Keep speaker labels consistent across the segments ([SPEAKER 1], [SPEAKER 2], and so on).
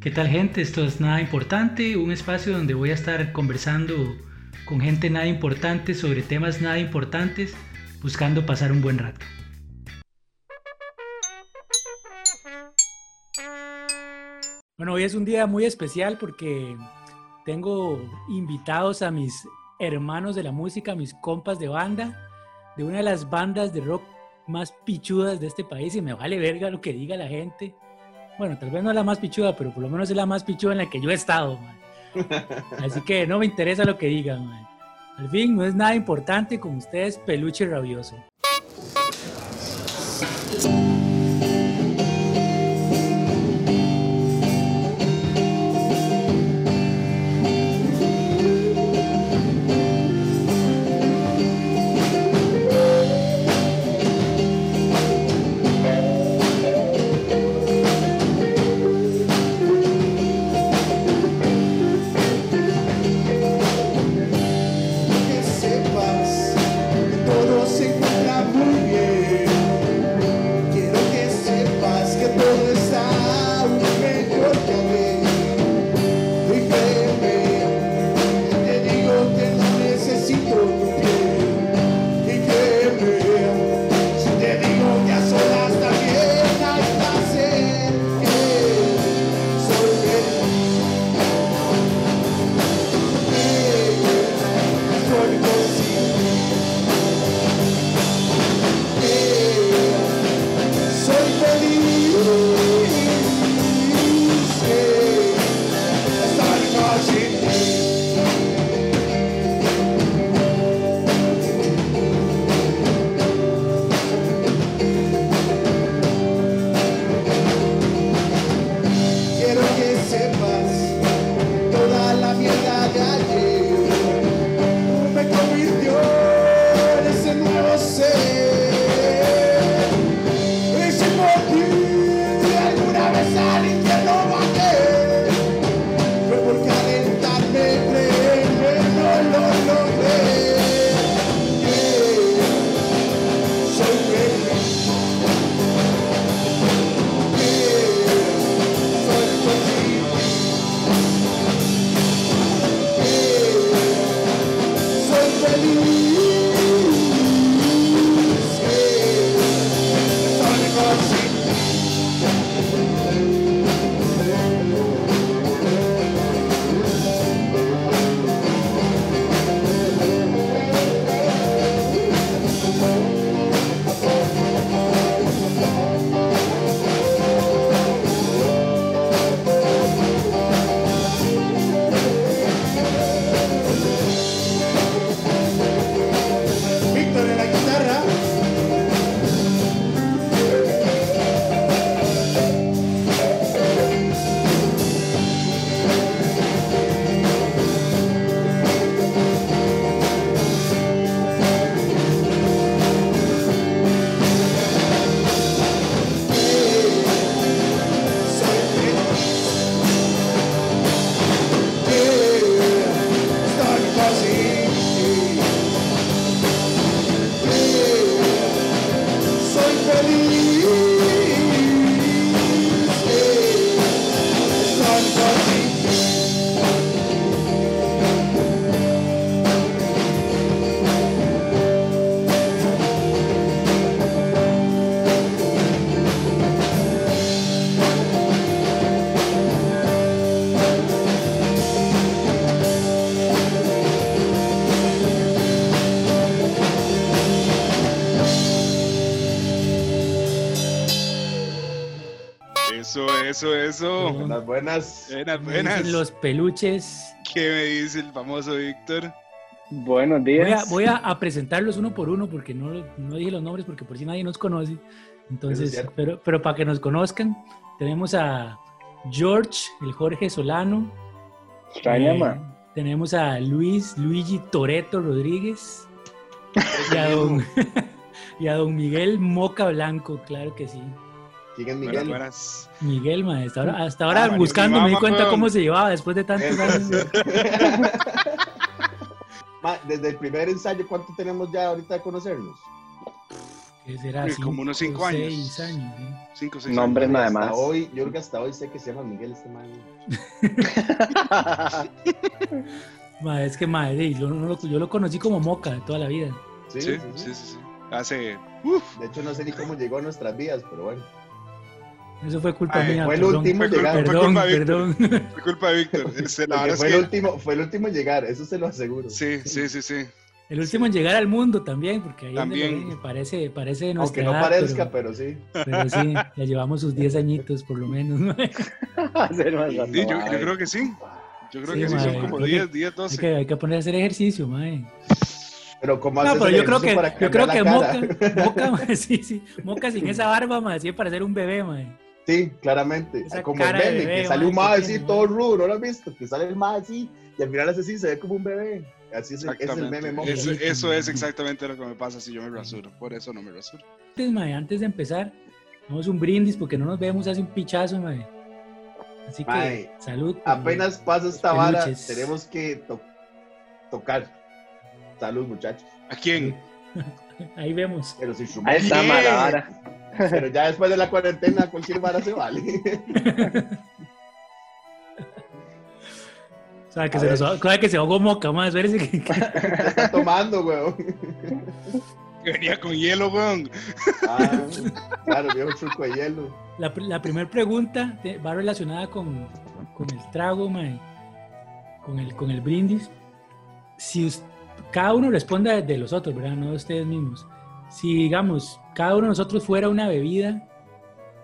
[SPEAKER 1] ¿Qué tal gente? Esto es Nada Importante, un espacio donde voy a estar conversando con gente nada importante sobre temas nada importantes, buscando pasar un buen rato.
[SPEAKER 2] Bueno, hoy es un día muy especial porque tengo invitados a mis hermanos de la música, a mis compas de banda, de una de las bandas de rock más pichudas de este país y me vale verga lo que diga la gente bueno, tal vez no es la más pichuda, pero por lo menos es la más pichuda en la que yo he estado. Man. Así que no me interesa lo que digan. Man. Al fin, no es nada importante con ustedes, peluche rabioso.
[SPEAKER 3] que sepas que todo se encuentra muy bien. Quiero que sepas que todo está mejor que ayer. Y créeme, te digo que no necesito tu piel. Y créeme, si te digo que a solas también hay placer. Que soy feliz. Soy feliz. Quiero que sepas toda la mierda de ayer me convirtió en ese nuevo ser. Y si por ti alguna vez al infierno bajé, fue por calentarme, créeme, no lo logré. Yeah, soy feliz. Yeah, soy feliz. Yeah. Soy feliz, que sale consigo. Víctor en la guitarra. Soy Eh, feliz. eh, Yeah, estoy feliz. Soy feliz.
[SPEAKER 4] Eso, eso, eso.
[SPEAKER 2] Perdón,
[SPEAKER 5] Buenas, buenas.
[SPEAKER 4] Buenas,
[SPEAKER 2] me dicen
[SPEAKER 4] Oh, buenas.
[SPEAKER 2] Los peluches.
[SPEAKER 4] ¿Qué me dice el famoso Víctor?
[SPEAKER 5] Buenos
[SPEAKER 2] Voy a,
[SPEAKER 5] días.
[SPEAKER 2] voy a- a presentarlos uno por uno porque no, no dije los nombres porque por si nadie nos conoce.
[SPEAKER 5] Eso es
[SPEAKER 2] Entonces,
[SPEAKER 5] cierto.
[SPEAKER 2] pero, pero para que nos conozcan, tenemos a George, el Jorge Solano.
[SPEAKER 5] Extraña,
[SPEAKER 2] Eh,
[SPEAKER 5] ma.
[SPEAKER 2] Tenemos a Luis, Luigi Toreto Rodríguez. Y a, don, y a don Miguel Moca Blanco, claro que sí.
[SPEAKER 5] Llega
[SPEAKER 4] Buenas,
[SPEAKER 5] Miguel.
[SPEAKER 4] buenas.
[SPEAKER 2] Miguel, ma, hasta ahora, hasta
[SPEAKER 4] Ah,
[SPEAKER 2] ahora
[SPEAKER 4] Mario,
[SPEAKER 2] buscando
[SPEAKER 4] mi
[SPEAKER 2] me di
[SPEAKER 4] mamá,
[SPEAKER 2] cuenta
[SPEAKER 4] weón.
[SPEAKER 2] cómo se llevaba después de tantos años.
[SPEAKER 5] Ma, desde el primer ensayo, ¿cuánto tenemos ya ahorita de conocernos?
[SPEAKER 2] ¿Qué será?
[SPEAKER 4] Eh, como unos cinco años.
[SPEAKER 2] seis años, ¿eh?
[SPEAKER 4] Cinco, seis
[SPEAKER 5] Nombre
[SPEAKER 4] años.
[SPEAKER 5] nada
[SPEAKER 6] Hasta
[SPEAKER 5] más.
[SPEAKER 6] Hoy, yo creo que hasta hoy sé que se llama Miguel este man.
[SPEAKER 2] Ma, es que madre, yo, no lo- yo lo conocí como moca de toda la vida.
[SPEAKER 6] Sí,
[SPEAKER 4] Sí,
[SPEAKER 6] sí, sí.
[SPEAKER 4] sí, sí, sí. Hace. Uf,
[SPEAKER 6] De hecho, no sé ni cómo llegó a nuestras vidas, pero bueno.
[SPEAKER 2] Eso fue culpa
[SPEAKER 4] Ay,
[SPEAKER 2] mía.
[SPEAKER 6] fue el
[SPEAKER 2] perdón,
[SPEAKER 6] último en llegar.
[SPEAKER 4] Fue
[SPEAKER 2] Perdón,
[SPEAKER 4] culpa de
[SPEAKER 2] perdón.
[SPEAKER 4] fue culpa de Víctor. Este, la
[SPEAKER 6] Porque
[SPEAKER 4] verdad
[SPEAKER 6] fue, el
[SPEAKER 4] es
[SPEAKER 6] último, fue el último en llegar, eso se lo aseguro.
[SPEAKER 4] que. Sí, sí, sí, sí.
[SPEAKER 2] El último en llegar al mundo también, porque ahí es donde
[SPEAKER 4] También.
[SPEAKER 2] me parece, parece de
[SPEAKER 6] Aunque
[SPEAKER 2] nuestra
[SPEAKER 6] no
[SPEAKER 2] edad,
[SPEAKER 6] parezca, pues.
[SPEAKER 2] pero,
[SPEAKER 6] pero,
[SPEAKER 2] pero
[SPEAKER 6] sí.
[SPEAKER 2] sí, ya llevamos sus 10 añitos por lo menos. ma.
[SPEAKER 5] Hacer más
[SPEAKER 4] Sí,
[SPEAKER 5] random.
[SPEAKER 4] yo, yo creo que sí. Yo creo
[SPEAKER 2] Sí,
[SPEAKER 4] que sí,
[SPEAKER 2] madre,
[SPEAKER 4] son como
[SPEAKER 2] creo que-
[SPEAKER 4] 10, 10,
[SPEAKER 2] Hay
[SPEAKER 4] 12.
[SPEAKER 2] que, hay que poner a hacer ejercicio, mae.
[SPEAKER 6] Pero como
[SPEAKER 2] No,
[SPEAKER 6] haces
[SPEAKER 2] pero
[SPEAKER 6] el
[SPEAKER 2] yo creo que,
[SPEAKER 6] ejercicio para
[SPEAKER 2] yo creo
[SPEAKER 6] cambiar
[SPEAKER 2] que
[SPEAKER 6] la cara?
[SPEAKER 2] Moca, Moca, mae, sí, sí, Moca sin esa barba, mae, sí, para ser un bebé, mae.
[SPEAKER 6] Sí, claramente.
[SPEAKER 2] Esa
[SPEAKER 6] como el
[SPEAKER 2] cara de
[SPEAKER 6] meme,
[SPEAKER 2] bebé,
[SPEAKER 6] que sale un
[SPEAKER 2] man, que
[SPEAKER 6] mae así,
[SPEAKER 2] tiene,
[SPEAKER 6] todo
[SPEAKER 2] man.
[SPEAKER 6] rudo, ¿no lo has visto? Que sale el mae así, y al final hace así, se ve como un bebé. Así es el, es el meme
[SPEAKER 4] Exactamente.
[SPEAKER 6] moca.
[SPEAKER 4] Eso,
[SPEAKER 2] Moca.
[SPEAKER 4] eso es exactamente lo que me pasa si yo me rasuro. Por eso no me rasuro.
[SPEAKER 2] Antes, mae, antes de empezar, vamos un brindis porque no nos vemos hace un pichazo, mae. Así que
[SPEAKER 6] Mae,
[SPEAKER 2] salud.
[SPEAKER 6] Apenas pasa esta
[SPEAKER 2] Mm, Peluches.
[SPEAKER 6] vara, tenemos que to- tocar. Salud, muchachos.
[SPEAKER 4] ¿A quién?
[SPEAKER 2] Ahí vemos.
[SPEAKER 6] Pero sin
[SPEAKER 5] Ahí
[SPEAKER 6] sumar.
[SPEAKER 5] está
[SPEAKER 4] Bien.
[SPEAKER 5] Malavara.
[SPEAKER 6] Pero ya después de la cuarentena, cualquier vara se vale.
[SPEAKER 2] O sea, que,
[SPEAKER 6] A
[SPEAKER 2] se,
[SPEAKER 6] ver.
[SPEAKER 2] nos, sabe que se ahogó Moca, mae. Espérese que, que-
[SPEAKER 6] ¿Qué está tomando, weón?
[SPEAKER 4] Que venía con hielo, weón.
[SPEAKER 6] Ah, claro, viejo truco de hielo.
[SPEAKER 2] la, primera pregunta te- va relacionada con, con el trago, mae, con el, con el brindis. Si us- cada uno responda de, los otros, ¿verdad? No de ustedes mismos. Si, digamos, cada uno de nosotros fuera una bebida,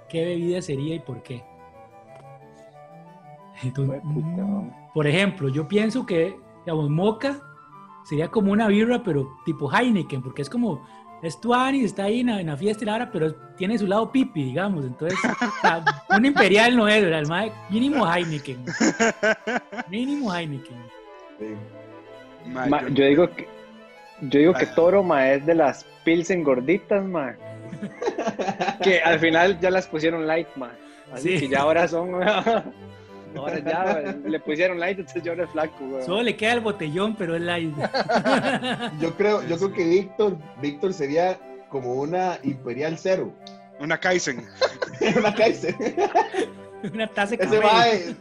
[SPEAKER 2] ¿qué bebida sería y por qué? Entonces, mm, por ejemplo, yo pienso que, digamos, moca sería como una birra, pero tipo Heineken, porque es como, es Tuani, está ahí en la, en la fiesta y la hora, pero tiene su lado pipi, digamos. Entonces, o sea, un imperial no es, ¿verdad? El mae, mínimo Heineken. Mínimo Heineken.
[SPEAKER 6] Sí.
[SPEAKER 4] Ma,
[SPEAKER 5] Ma,
[SPEAKER 4] Ah, yo-
[SPEAKER 5] yo digo que. Yo digo que
[SPEAKER 4] Ah.
[SPEAKER 5] Toro, ma, es de las Pilsen gorditas, ma. Que al final ya las pusieron light, ma. Así
[SPEAKER 2] Sí.
[SPEAKER 5] que ya ahora son. ahora ya le pusieron light, entonces yo ahora es flaco, weón.
[SPEAKER 2] Solo le queda el botellón, pero es la
[SPEAKER 6] Yo creo, yo creo que Víctor, Víctor sería como una Imperial Cero.
[SPEAKER 4] Una Kaizen.
[SPEAKER 6] una Kaiser.
[SPEAKER 2] una taza de
[SPEAKER 6] Ese
[SPEAKER 2] café.
[SPEAKER 6] mae,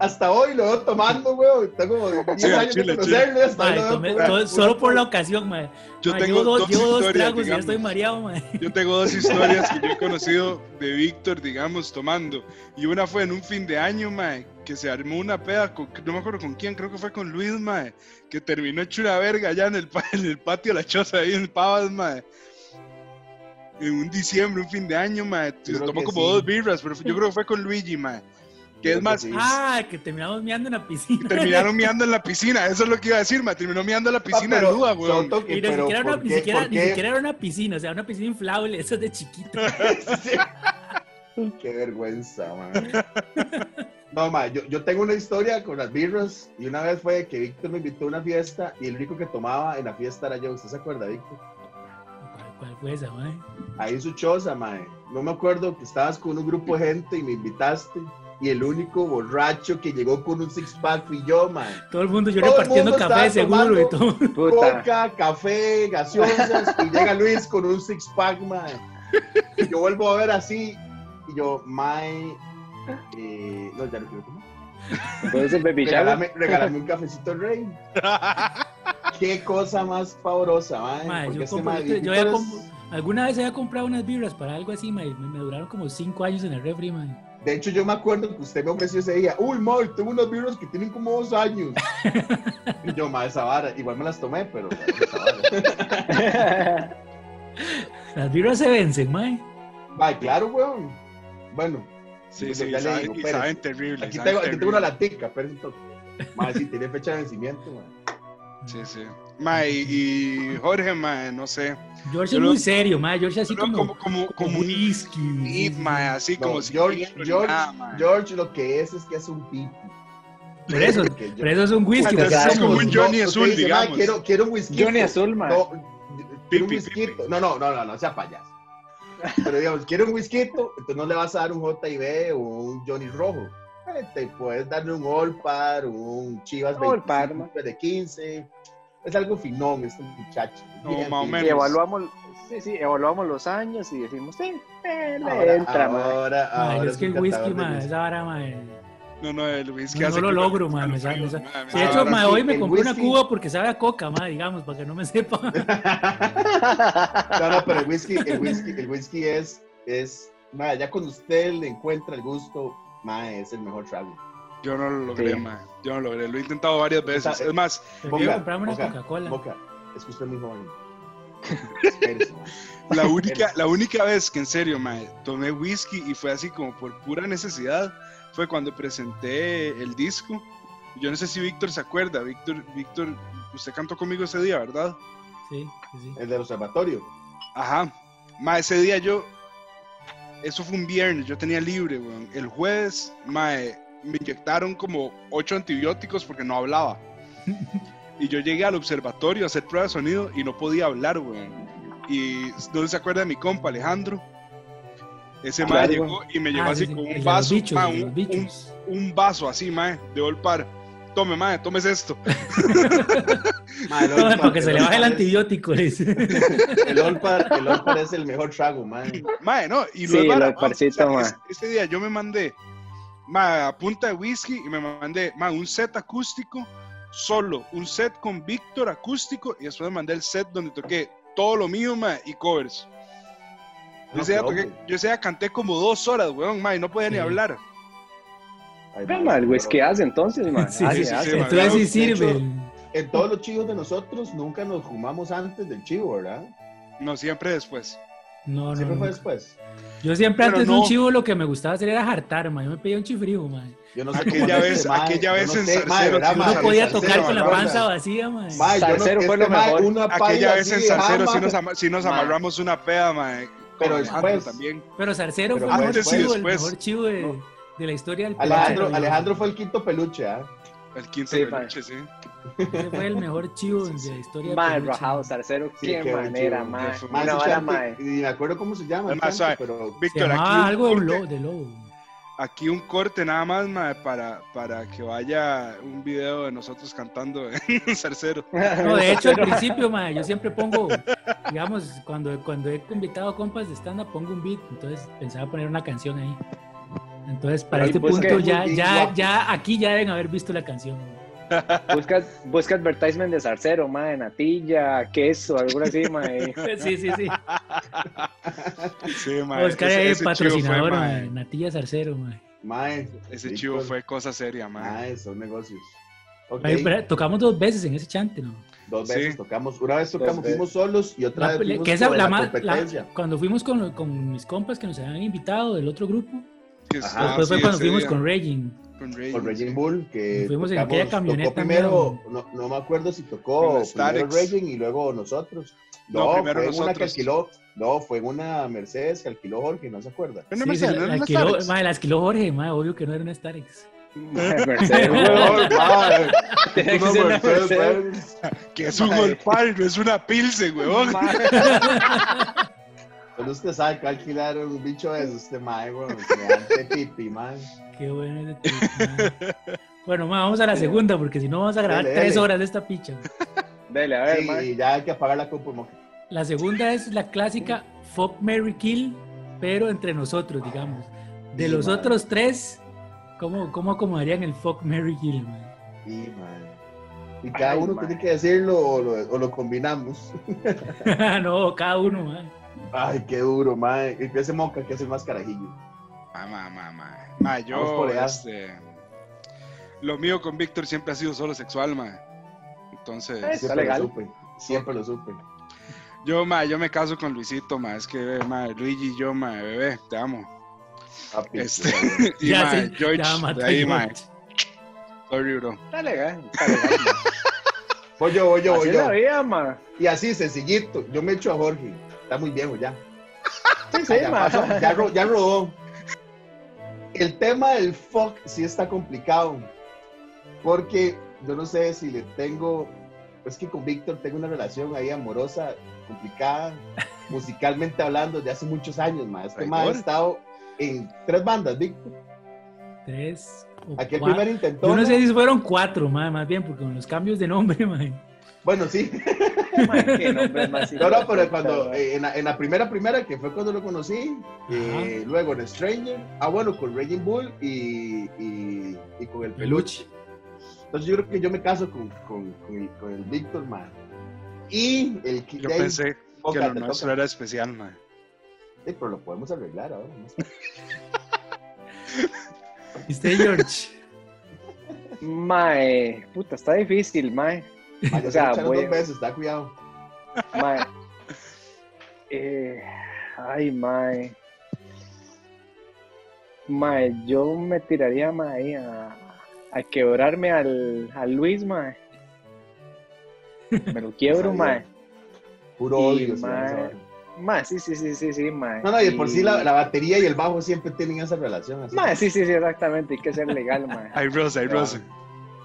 [SPEAKER 6] hasta hoy lo veo tomando, weón. Está como 10
[SPEAKER 4] Sí,
[SPEAKER 6] años
[SPEAKER 4] chile,
[SPEAKER 6] de conocerlo. y Hasta
[SPEAKER 2] Mae,
[SPEAKER 6] hoy lo
[SPEAKER 2] tomé
[SPEAKER 6] veo
[SPEAKER 2] todo-
[SPEAKER 6] como-
[SPEAKER 2] solo por la ocasión, mae.
[SPEAKER 4] Yo
[SPEAKER 2] Mae,
[SPEAKER 4] tengo
[SPEAKER 2] llevo
[SPEAKER 4] dos,
[SPEAKER 2] dos, llevo dos
[SPEAKER 4] historias.
[SPEAKER 2] tragos y ya
[SPEAKER 4] digamos.
[SPEAKER 2] estoy mareado, mae.
[SPEAKER 4] Yo tengo dos historias que yo he conocido de Víctor, digamos, tomando. Y una fue en un fin de año, mae, que se armó una peda, con- no me acuerdo con quién, creo que fue con Luis, mae, que terminó hecho una verga allá en el, pa- en el patio de la choza, ahí en Pavas, mae. En un diciembre, un fin de año, mae. Se
[SPEAKER 6] creo
[SPEAKER 4] tomó
[SPEAKER 6] que
[SPEAKER 4] como
[SPEAKER 6] sí.
[SPEAKER 4] dos birras, pero yo creo que fue con Luigi, mae. Que
[SPEAKER 6] Creo
[SPEAKER 4] es
[SPEAKER 6] que
[SPEAKER 4] más,
[SPEAKER 6] sí.
[SPEAKER 2] Ah, que terminamos meando en la
[SPEAKER 4] y
[SPEAKER 2] piscina.
[SPEAKER 4] terminaron meando en la piscina, eso es lo que iba a decir, mae. Terminó meando en la piscina de
[SPEAKER 6] Ah, Pero,
[SPEAKER 4] Lua,
[SPEAKER 6] son
[SPEAKER 4] weón.
[SPEAKER 6] toque,
[SPEAKER 2] Y ni
[SPEAKER 6] pero
[SPEAKER 2] siquiera, era
[SPEAKER 6] ¿por
[SPEAKER 2] una, ni,
[SPEAKER 6] qué-
[SPEAKER 2] siquiera,
[SPEAKER 6] por
[SPEAKER 2] ni
[SPEAKER 6] qué?
[SPEAKER 2] siquiera era una piscina, o sea, una piscina inflable, esas de chiquito.
[SPEAKER 6] Sí. Qué vergüenza, man. No, ma, yo, yo tengo una historia con las birras y una vez fue que Víctor me invitó a una fiesta y el único que tomaba en la fiesta era yo. ¿Usted se acuerda, Víctor?
[SPEAKER 2] ¿Cuál, cuál fue esa, mae?
[SPEAKER 6] Ahí en su choza, mae. No me acuerdo que estabas con un grupo de gente y me invitaste y el único borracho que llegó con un six-pack fui yo, mae.
[SPEAKER 2] Todo el mundo, yo
[SPEAKER 6] Todo el
[SPEAKER 2] repartiendo
[SPEAKER 6] mundo
[SPEAKER 2] café,
[SPEAKER 6] estaba
[SPEAKER 2] seguro, y todo.
[SPEAKER 5] Puta.
[SPEAKER 6] coca, café, gaseosas, y llega Luis con un six pack, mae. Y yo vuelvo a ver así, y yo, mae, eh, no, ya no quiero tomar.
[SPEAKER 5] Entonces, Baby Jack.
[SPEAKER 6] Regálame, regálame un cafecito al rey. Qué cosa más pavorosa, mae.
[SPEAKER 2] Mae,
[SPEAKER 6] porque
[SPEAKER 2] yo,
[SPEAKER 6] este
[SPEAKER 2] compro-
[SPEAKER 6] mae
[SPEAKER 2] yo- yo
[SPEAKER 6] Víctor
[SPEAKER 2] había
[SPEAKER 6] es-
[SPEAKER 2] comp- alguna vez había comprado unas vibras para algo así, mae, me, me duraron como cinco años en el refri, mae.
[SPEAKER 6] De hecho, yo me acuerdo que usted me ofreció ese día, uy, mae, tengo unos virus que tienen como dos años. y yo, mae, esa vara, igual me las tomé, pero esa vara.
[SPEAKER 2] Las vibras se vencen, mae.
[SPEAKER 6] Mae, claro, weón. Bueno,
[SPEAKER 4] Sí,
[SPEAKER 6] Pues
[SPEAKER 4] sí,
[SPEAKER 6] ya le
[SPEAKER 4] saben,
[SPEAKER 6] digo,
[SPEAKER 4] y
[SPEAKER 6] espérate.
[SPEAKER 4] saben terrible.
[SPEAKER 6] Aquí
[SPEAKER 4] saben
[SPEAKER 6] tengo, aquí tengo
[SPEAKER 4] terrible.
[SPEAKER 6] una latica, pero entonces. Mae, sí, tiene fecha de vencimiento, mae.
[SPEAKER 4] Sí, sí. Ma, y, y Jorge, ma, no sé.
[SPEAKER 2] George
[SPEAKER 4] Yo
[SPEAKER 2] es
[SPEAKER 4] lo-
[SPEAKER 2] muy serio, mae. George así
[SPEAKER 4] Yo creo
[SPEAKER 2] como,
[SPEAKER 4] como, como, como un
[SPEAKER 2] whisky. sí,
[SPEAKER 4] hit,
[SPEAKER 2] sí.
[SPEAKER 4] ma, así
[SPEAKER 6] No,
[SPEAKER 4] como si
[SPEAKER 6] George,
[SPEAKER 4] no hubiera
[SPEAKER 6] George,
[SPEAKER 4] nada, ma.
[SPEAKER 6] George lo que es es que es un pipi.
[SPEAKER 2] Por eso,
[SPEAKER 6] Porque yo-
[SPEAKER 2] Pero eso es un whisky,
[SPEAKER 5] Bueno,
[SPEAKER 2] porque
[SPEAKER 5] es
[SPEAKER 2] estamos-
[SPEAKER 4] como un Johnny
[SPEAKER 6] usted
[SPEAKER 4] Azul,
[SPEAKER 6] dice, "Ma,
[SPEAKER 4] digamos".
[SPEAKER 6] Quiero, quiero un whisky.
[SPEAKER 5] Johnny Azul, ma.
[SPEAKER 6] No, quiero un
[SPEAKER 4] Pipi,
[SPEAKER 6] whisky.
[SPEAKER 4] pipi.
[SPEAKER 6] No, no, no, no, no sea payaso. Pero digamos, quiero un whisky, entonces no le vas a dar un JB o un Johnny Rojo. Eh, Te puedes darle un All Par, un Chivas
[SPEAKER 5] All Par, ma.
[SPEAKER 6] 25 de 15, es algo finón este muchacho.
[SPEAKER 4] No, más o
[SPEAKER 6] fin.
[SPEAKER 4] menos.
[SPEAKER 5] Y evaluamos, sí, sí, evaluamos los años y decimos, sí, eh, le
[SPEAKER 6] Ahora,
[SPEAKER 5] entra, mae.
[SPEAKER 6] ahora,
[SPEAKER 2] Mae,
[SPEAKER 6] ahora
[SPEAKER 2] es que el
[SPEAKER 6] un
[SPEAKER 2] whisky,
[SPEAKER 6] catador de
[SPEAKER 2] mae,
[SPEAKER 6] whisky.
[SPEAKER 2] esa vara, mae.
[SPEAKER 4] No, no, el whisky
[SPEAKER 2] No, no
[SPEAKER 4] hace
[SPEAKER 2] lo
[SPEAKER 4] que-
[SPEAKER 2] logro, mae, me sabe- me sabe.
[SPEAKER 4] Mae, me
[SPEAKER 2] De hecho,
[SPEAKER 4] sabe-
[SPEAKER 6] Ahora
[SPEAKER 2] mae,
[SPEAKER 6] sí,
[SPEAKER 2] hoy me
[SPEAKER 6] el
[SPEAKER 2] compré una
[SPEAKER 6] whisky.
[SPEAKER 2] cuba porque sabe a coca, mae, digamos, para que no me sepa.
[SPEAKER 6] No, no, pero el whisky, el whisky, el whisky es, es, mae, ya cuando usted le encuentra el gusto, mae, es el mejor trago.
[SPEAKER 4] Yo no lo logré,
[SPEAKER 5] Sí.
[SPEAKER 4] mae. Yo no lo logré. Lo he intentado varias veces.
[SPEAKER 6] sea,
[SPEAKER 4] Es más,
[SPEAKER 2] Prefiero comprarme una Coca-Cola.
[SPEAKER 6] Boca, es que usted es muy joven. Espérese, mae.
[SPEAKER 4] la única, la única vez que en serio, mae, tomé whisky y fue así como por pura necesidad, fue cuando presenté el disco. Yo no sé si Víctor se acuerda. Víctor, Víctor, usted cantó conmigo ese día, ¿verdad?
[SPEAKER 2] Sí, sí,
[SPEAKER 4] Eh,
[SPEAKER 2] sí.
[SPEAKER 6] El del observatorio.
[SPEAKER 4] Ajá. Ma, ese día yo. Eso fue un viernes, yo tenía libre, weón. El jueves, mae, me inyectaron como ocho antibióticos porque no hablaba. Y yo llegué al observatorio a hacer pruebas de sonido y no podía hablar, weón. Y no se acuerda de mi compa, Alejandro. Ese
[SPEAKER 5] Claro,
[SPEAKER 4] mae
[SPEAKER 5] weón.
[SPEAKER 4] llegó y me llegó
[SPEAKER 2] Ah,
[SPEAKER 4] así
[SPEAKER 2] sí, sí,
[SPEAKER 4] con
[SPEAKER 2] el de
[SPEAKER 4] un
[SPEAKER 2] los
[SPEAKER 4] vaso,
[SPEAKER 2] bichos,
[SPEAKER 4] ma,
[SPEAKER 2] el de
[SPEAKER 4] un,
[SPEAKER 2] los bichos.
[SPEAKER 4] un- un vaso así, mae, de golpar. Tome, mae, tomes esto.
[SPEAKER 6] Mae, el
[SPEAKER 2] No,
[SPEAKER 6] Old
[SPEAKER 2] para que
[SPEAKER 6] Pal-
[SPEAKER 2] se le
[SPEAKER 6] Old
[SPEAKER 2] baje el
[SPEAKER 6] Pal es-
[SPEAKER 2] antibiótico. le dice.
[SPEAKER 6] El Old Pal- el Old Pal es el mejor trago, mae.
[SPEAKER 4] Mae, no, y
[SPEAKER 5] Sí,
[SPEAKER 4] lo
[SPEAKER 5] lo
[SPEAKER 4] vara,
[SPEAKER 5] de parcita,
[SPEAKER 4] mae.
[SPEAKER 5] mae.
[SPEAKER 4] O sea, es- Ese día yo me mandé mae, a punta de whisky y me mandé mae, un set acústico solo, un set con Víctor acústico y después me mandé el set donde toqué todo lo mío mae, y covers. Yo
[SPEAKER 6] No, pues,
[SPEAKER 4] ese día
[SPEAKER 6] qué
[SPEAKER 4] toqué-
[SPEAKER 6] hombre.
[SPEAKER 4] yo ese día canté como dos horas, weón, mae, y no podía ni
[SPEAKER 2] Sí.
[SPEAKER 4] hablar.
[SPEAKER 6] Ay,
[SPEAKER 5] Ve,
[SPEAKER 6] mae,
[SPEAKER 5] mae, el
[SPEAKER 6] pero-
[SPEAKER 5] whisky hace entonces, mae.
[SPEAKER 2] Sí,
[SPEAKER 5] hace,
[SPEAKER 2] sí,
[SPEAKER 4] sí,
[SPEAKER 5] hace.
[SPEAKER 4] mae.
[SPEAKER 2] Entonces sí
[SPEAKER 6] De hecho,
[SPEAKER 2] sirve.
[SPEAKER 6] En todos los chivos de nosotros nunca nos fumamos antes del chivo, ¿verdad?
[SPEAKER 4] No, siempre después.
[SPEAKER 2] No, no,
[SPEAKER 6] Siempre fue
[SPEAKER 2] no.
[SPEAKER 6] después.
[SPEAKER 2] Yo siempre
[SPEAKER 4] Pero
[SPEAKER 2] antes de un
[SPEAKER 4] no.
[SPEAKER 2] chivo lo que me gustaba hacer era hartar, mae. Yo me pedía un chifrijo, mae.
[SPEAKER 6] Yo no sé
[SPEAKER 4] Aquella
[SPEAKER 6] cómo hace
[SPEAKER 4] vez-
[SPEAKER 6] este mae,
[SPEAKER 4] aquella
[SPEAKER 6] yo
[SPEAKER 4] vez en
[SPEAKER 6] sé,
[SPEAKER 4] Salcero,
[SPEAKER 6] mae, ¿verdad,
[SPEAKER 4] que uno
[SPEAKER 6] Ah, mae?
[SPEAKER 2] No
[SPEAKER 4] Salsero,
[SPEAKER 2] podía
[SPEAKER 6] En
[SPEAKER 2] tocar
[SPEAKER 6] Salcero,
[SPEAKER 2] con la
[SPEAKER 6] ¿verdad?
[SPEAKER 2] panza vacía, mae.
[SPEAKER 6] Mae, yo no-
[SPEAKER 5] Salsero fue lo
[SPEAKER 6] este mae,
[SPEAKER 5] mejor.
[SPEAKER 6] una
[SPEAKER 4] Aquella
[SPEAKER 6] paila
[SPEAKER 4] vez en
[SPEAKER 6] así ah, de
[SPEAKER 4] Salcero sí
[SPEAKER 6] jama.
[SPEAKER 4] nos, ama- sí nos
[SPEAKER 6] Mae.
[SPEAKER 4] amarramos una peda, mae, con
[SPEAKER 6] Pero
[SPEAKER 4] Alejandro
[SPEAKER 6] después-
[SPEAKER 4] también.
[SPEAKER 2] Pero Sarcero fue
[SPEAKER 6] Pero
[SPEAKER 2] el mejor
[SPEAKER 4] antes y
[SPEAKER 2] chivo, el
[SPEAKER 4] después.
[SPEAKER 2] mejor chivo de,
[SPEAKER 6] No.
[SPEAKER 2] de la historia del
[SPEAKER 6] Alejandro,
[SPEAKER 2] planeta,
[SPEAKER 6] Alejandro fue el quinto peluche, ¿ah?
[SPEAKER 4] El 15
[SPEAKER 5] Sí,
[SPEAKER 4] de
[SPEAKER 5] mae.
[SPEAKER 4] peluche, sí.
[SPEAKER 2] Ese fue el mejor chivo de la historia
[SPEAKER 5] Mae,
[SPEAKER 2] del peluche,
[SPEAKER 5] rajado,
[SPEAKER 2] mae.
[SPEAKER 5] zarcero,
[SPEAKER 6] Sí,
[SPEAKER 5] qué
[SPEAKER 6] qué buen
[SPEAKER 5] manera,
[SPEAKER 6] chivo,
[SPEAKER 5] mae.
[SPEAKER 4] qué fue-
[SPEAKER 6] Mae,
[SPEAKER 5] Una
[SPEAKER 6] ese
[SPEAKER 5] vara,
[SPEAKER 6] chante,
[SPEAKER 5] mae.
[SPEAKER 6] Y ni me acuerdo cómo se llama, el
[SPEAKER 4] Además,
[SPEAKER 6] chante,
[SPEAKER 4] sabe,
[SPEAKER 6] pero
[SPEAKER 2] Se
[SPEAKER 4] Víctor, aquí.
[SPEAKER 2] llamaba
[SPEAKER 4] un
[SPEAKER 2] algo de un
[SPEAKER 4] corte-
[SPEAKER 2] lobo, de lobo.
[SPEAKER 4] aquí un corte nada más mae, para, para que vaya un video de nosotros cantando en Zarcero.
[SPEAKER 2] No, de hecho, al principio, mae, yo siempre pongo, digamos, cuando, cuando he invitado a compas de stand-up, pongo un beat, entonces pensaba poner una canción ahí. Entonces, para
[SPEAKER 5] Pero
[SPEAKER 2] este
[SPEAKER 5] pues,
[SPEAKER 2] punto,
[SPEAKER 5] ¿qué?
[SPEAKER 2] ya,
[SPEAKER 6] Un beat
[SPEAKER 2] ya,
[SPEAKER 6] guapo.
[SPEAKER 2] ya, aquí ya deben haber visto la canción. mae.
[SPEAKER 5] Busca, busca advertisement de zarcero, mae, natilla, queso, alguna así, mae.
[SPEAKER 2] Sí, sí, sí.
[SPEAKER 4] Sí, mae,
[SPEAKER 2] Buscar
[SPEAKER 4] ese-
[SPEAKER 2] ahí
[SPEAKER 4] ese chivo
[SPEAKER 2] patrocinador,
[SPEAKER 4] fue,
[SPEAKER 2] mae,
[SPEAKER 4] mae,
[SPEAKER 2] Natilla Sarcero, mae.
[SPEAKER 6] mae,
[SPEAKER 4] Ese
[SPEAKER 6] Víctor,
[SPEAKER 4] chivo fue cosa seria, mae.
[SPEAKER 6] Mae, son negocios. Ok,
[SPEAKER 2] Mae, pero Tocamos dos veces en ese chante, ¿no?
[SPEAKER 6] dos veces
[SPEAKER 4] sí.
[SPEAKER 6] tocamos. Una vez tocamos,
[SPEAKER 5] Dos veces.
[SPEAKER 6] fuimos solos y otra
[SPEAKER 2] La-
[SPEAKER 6] vez fuimos
[SPEAKER 2] que esa-
[SPEAKER 6] con
[SPEAKER 2] la
[SPEAKER 6] la,
[SPEAKER 2] ma- la-
[SPEAKER 6] competencia.
[SPEAKER 2] cuando fuimos con, lo- con mis compas que nos habían invitado del otro grupo,
[SPEAKER 4] Que
[SPEAKER 6] Ajá.
[SPEAKER 4] estaba
[SPEAKER 2] después fue
[SPEAKER 4] así
[SPEAKER 2] cuando
[SPEAKER 4] Ah, ese
[SPEAKER 2] fuimos
[SPEAKER 4] día,
[SPEAKER 2] con Regin.
[SPEAKER 4] con Rey,
[SPEAKER 6] con Raging
[SPEAKER 4] sí.
[SPEAKER 6] Bull, que
[SPEAKER 2] Fuimos en aquella
[SPEAKER 6] tocamos-
[SPEAKER 2] camioneta,
[SPEAKER 6] tocó primero, no, no me acuerdo si
[SPEAKER 4] Con
[SPEAKER 6] tocó
[SPEAKER 4] la
[SPEAKER 6] primero
[SPEAKER 4] Starex.
[SPEAKER 6] Raging y luego nosotros.
[SPEAKER 4] No,
[SPEAKER 6] No,
[SPEAKER 4] primero
[SPEAKER 6] fue en una que
[SPEAKER 4] nosotros.
[SPEAKER 6] alquiló, no, fue en una Mercedes que alquiló Jorge, ¿no se acuerda?
[SPEAKER 4] Pero no
[SPEAKER 2] Sí,
[SPEAKER 4] me
[SPEAKER 2] sí,
[SPEAKER 4] sé,
[SPEAKER 2] la-
[SPEAKER 4] no
[SPEAKER 2] la
[SPEAKER 4] era
[SPEAKER 2] alquiló-
[SPEAKER 4] Starex.
[SPEAKER 2] mae, la alquiló Jorge, mae, obvio que no era una Starex.
[SPEAKER 5] Mercedes,
[SPEAKER 6] Huevón, mae.
[SPEAKER 5] Tiene que
[SPEAKER 6] Una
[SPEAKER 5] ser una
[SPEAKER 6] Mercedes,
[SPEAKER 5] Mercedes.
[SPEAKER 6] mae.
[SPEAKER 4] Que es un
[SPEAKER 6] Mae.
[SPEAKER 4] golpar, no es una pilsen, weón.
[SPEAKER 6] Pero Pues usted sabe que alquilar un bicho de esos, este mae, weón. que ante pipi, mae.
[SPEAKER 2] Qué bueno ese tweet, mae. Bueno, mae, vamos a la segunda porque si no vamos a grabar
[SPEAKER 6] Dale,
[SPEAKER 2] tres
[SPEAKER 6] dale.
[SPEAKER 2] horas de esta picha. mae.
[SPEAKER 5] Dele, a ver,
[SPEAKER 6] Sí,
[SPEAKER 5] mae.
[SPEAKER 6] y ya hay que apagar la compu, mo-
[SPEAKER 2] La segunda es la clásica Fuck Mary Kill, pero entre nosotros, digamos. De
[SPEAKER 6] Sí,
[SPEAKER 2] los
[SPEAKER 6] mae.
[SPEAKER 2] otros tres, ¿cómo, ¿cómo acomodarían el Fuck Mary Kill? mae?
[SPEAKER 6] Sí, mae. Y cada
[SPEAKER 5] Ay,
[SPEAKER 6] uno
[SPEAKER 5] mae.
[SPEAKER 6] tiene que decirlo o lo, o lo combinamos.
[SPEAKER 2] no, cada uno, mae.
[SPEAKER 6] Ay, qué duro, mae. Y que ese moca que hace más carajillo.
[SPEAKER 4] Ah, mae, mae, mae. Mae,
[SPEAKER 6] Vamos por
[SPEAKER 4] yo,
[SPEAKER 6] allá.
[SPEAKER 4] este... Lo mío con Víctor siempre ha sido solo sexual, mae. Entonces,
[SPEAKER 5] Está
[SPEAKER 6] Siempre
[SPEAKER 5] legal.
[SPEAKER 6] lo supe. Siempre lo supe.
[SPEAKER 4] yo, mae, yo me caso con Luisito, mae. Es que, mae, Luigi y yo, mae, bebé, te amo.
[SPEAKER 6] Papi.
[SPEAKER 4] Este, y, mae,
[SPEAKER 2] sé,
[SPEAKER 4] George,
[SPEAKER 2] ya mató
[SPEAKER 4] de
[SPEAKER 2] a
[SPEAKER 4] ahí, mae.
[SPEAKER 2] George.
[SPEAKER 4] Sorry, bro.
[SPEAKER 5] Está legal, está legal.
[SPEAKER 6] Voy yo, voy yo,
[SPEAKER 5] Así
[SPEAKER 6] voy
[SPEAKER 5] es la
[SPEAKER 6] yo.
[SPEAKER 5] vida, mae.
[SPEAKER 6] Y así, sencillito. Yo me echo a Jorge. Está muy viejo ya.
[SPEAKER 5] Sí, sí,
[SPEAKER 6] Ah, ya,
[SPEAKER 5] mae.
[SPEAKER 6] pasó, ya, ro- ya rodó. El tema del fuck sí está complicado. Porque yo no sé si le tengo. Es que con Víctor tengo una relación ahí amorosa, complicada, musicalmente hablando, de hace muchos años, más. Este ma ha
[SPEAKER 4] Traidor.
[SPEAKER 6] estado en tres bandas, Víctor.
[SPEAKER 2] Tres o
[SPEAKER 6] Aquí el
[SPEAKER 2] cuatro.
[SPEAKER 6] primer intentó.
[SPEAKER 2] Yo no sé si fueron cuatro, mae, más bien, porque con los cambios de nombre, mae.
[SPEAKER 6] Bueno, sí.
[SPEAKER 5] Mae, qué nombre más
[SPEAKER 6] No, no,
[SPEAKER 5] hijueputa,
[SPEAKER 6] pero cuando,
[SPEAKER 5] mae.
[SPEAKER 6] eh, en, la, en la primera, primera, que fue cuando lo conocí, eh, luego en Stranger, ah, bueno, con Raging Bull y, y, y con el peluche. Entonces yo creo que yo me caso con, con, con el, con el Víctor, man. Y el que-
[SPEAKER 4] Yo
[SPEAKER 6] de ahí,
[SPEAKER 4] pensé que
[SPEAKER 6] toca,
[SPEAKER 4] lo
[SPEAKER 6] te
[SPEAKER 4] nuestro
[SPEAKER 6] toca.
[SPEAKER 4] era especial, mae.
[SPEAKER 6] Sí, pero lo podemos arreglar ahora. ¿no?
[SPEAKER 2] Usted, Este George.
[SPEAKER 5] Mae, puta, está difícil, mae.
[SPEAKER 6] Ah, yo
[SPEAKER 5] O sea,
[SPEAKER 6] se lo echaron
[SPEAKER 5] voy-
[SPEAKER 6] dos veces, está cuidado.
[SPEAKER 5] Mae. Eh, ay, mae. Mae, yo me tiraría, mae, a, a quebrarme al, a Luis, mae. Me lo quiebro,
[SPEAKER 6] Sabía.
[SPEAKER 5] mae.
[SPEAKER 6] Puro
[SPEAKER 5] Y,
[SPEAKER 6] odio. se
[SPEAKER 5] mae,
[SPEAKER 6] llama esa vara.
[SPEAKER 5] Mae, sí, sí, sí, sí, sí, mae.
[SPEAKER 6] No, no, y de por sí la, la batería y el bajo siempre tienen esa relación. Así.
[SPEAKER 5] Mae, sí, sí, sí, exactamente, hay que ser legal, mae.
[SPEAKER 4] Hay Rose, hay
[SPEAKER 6] Ah.
[SPEAKER 4] Rose.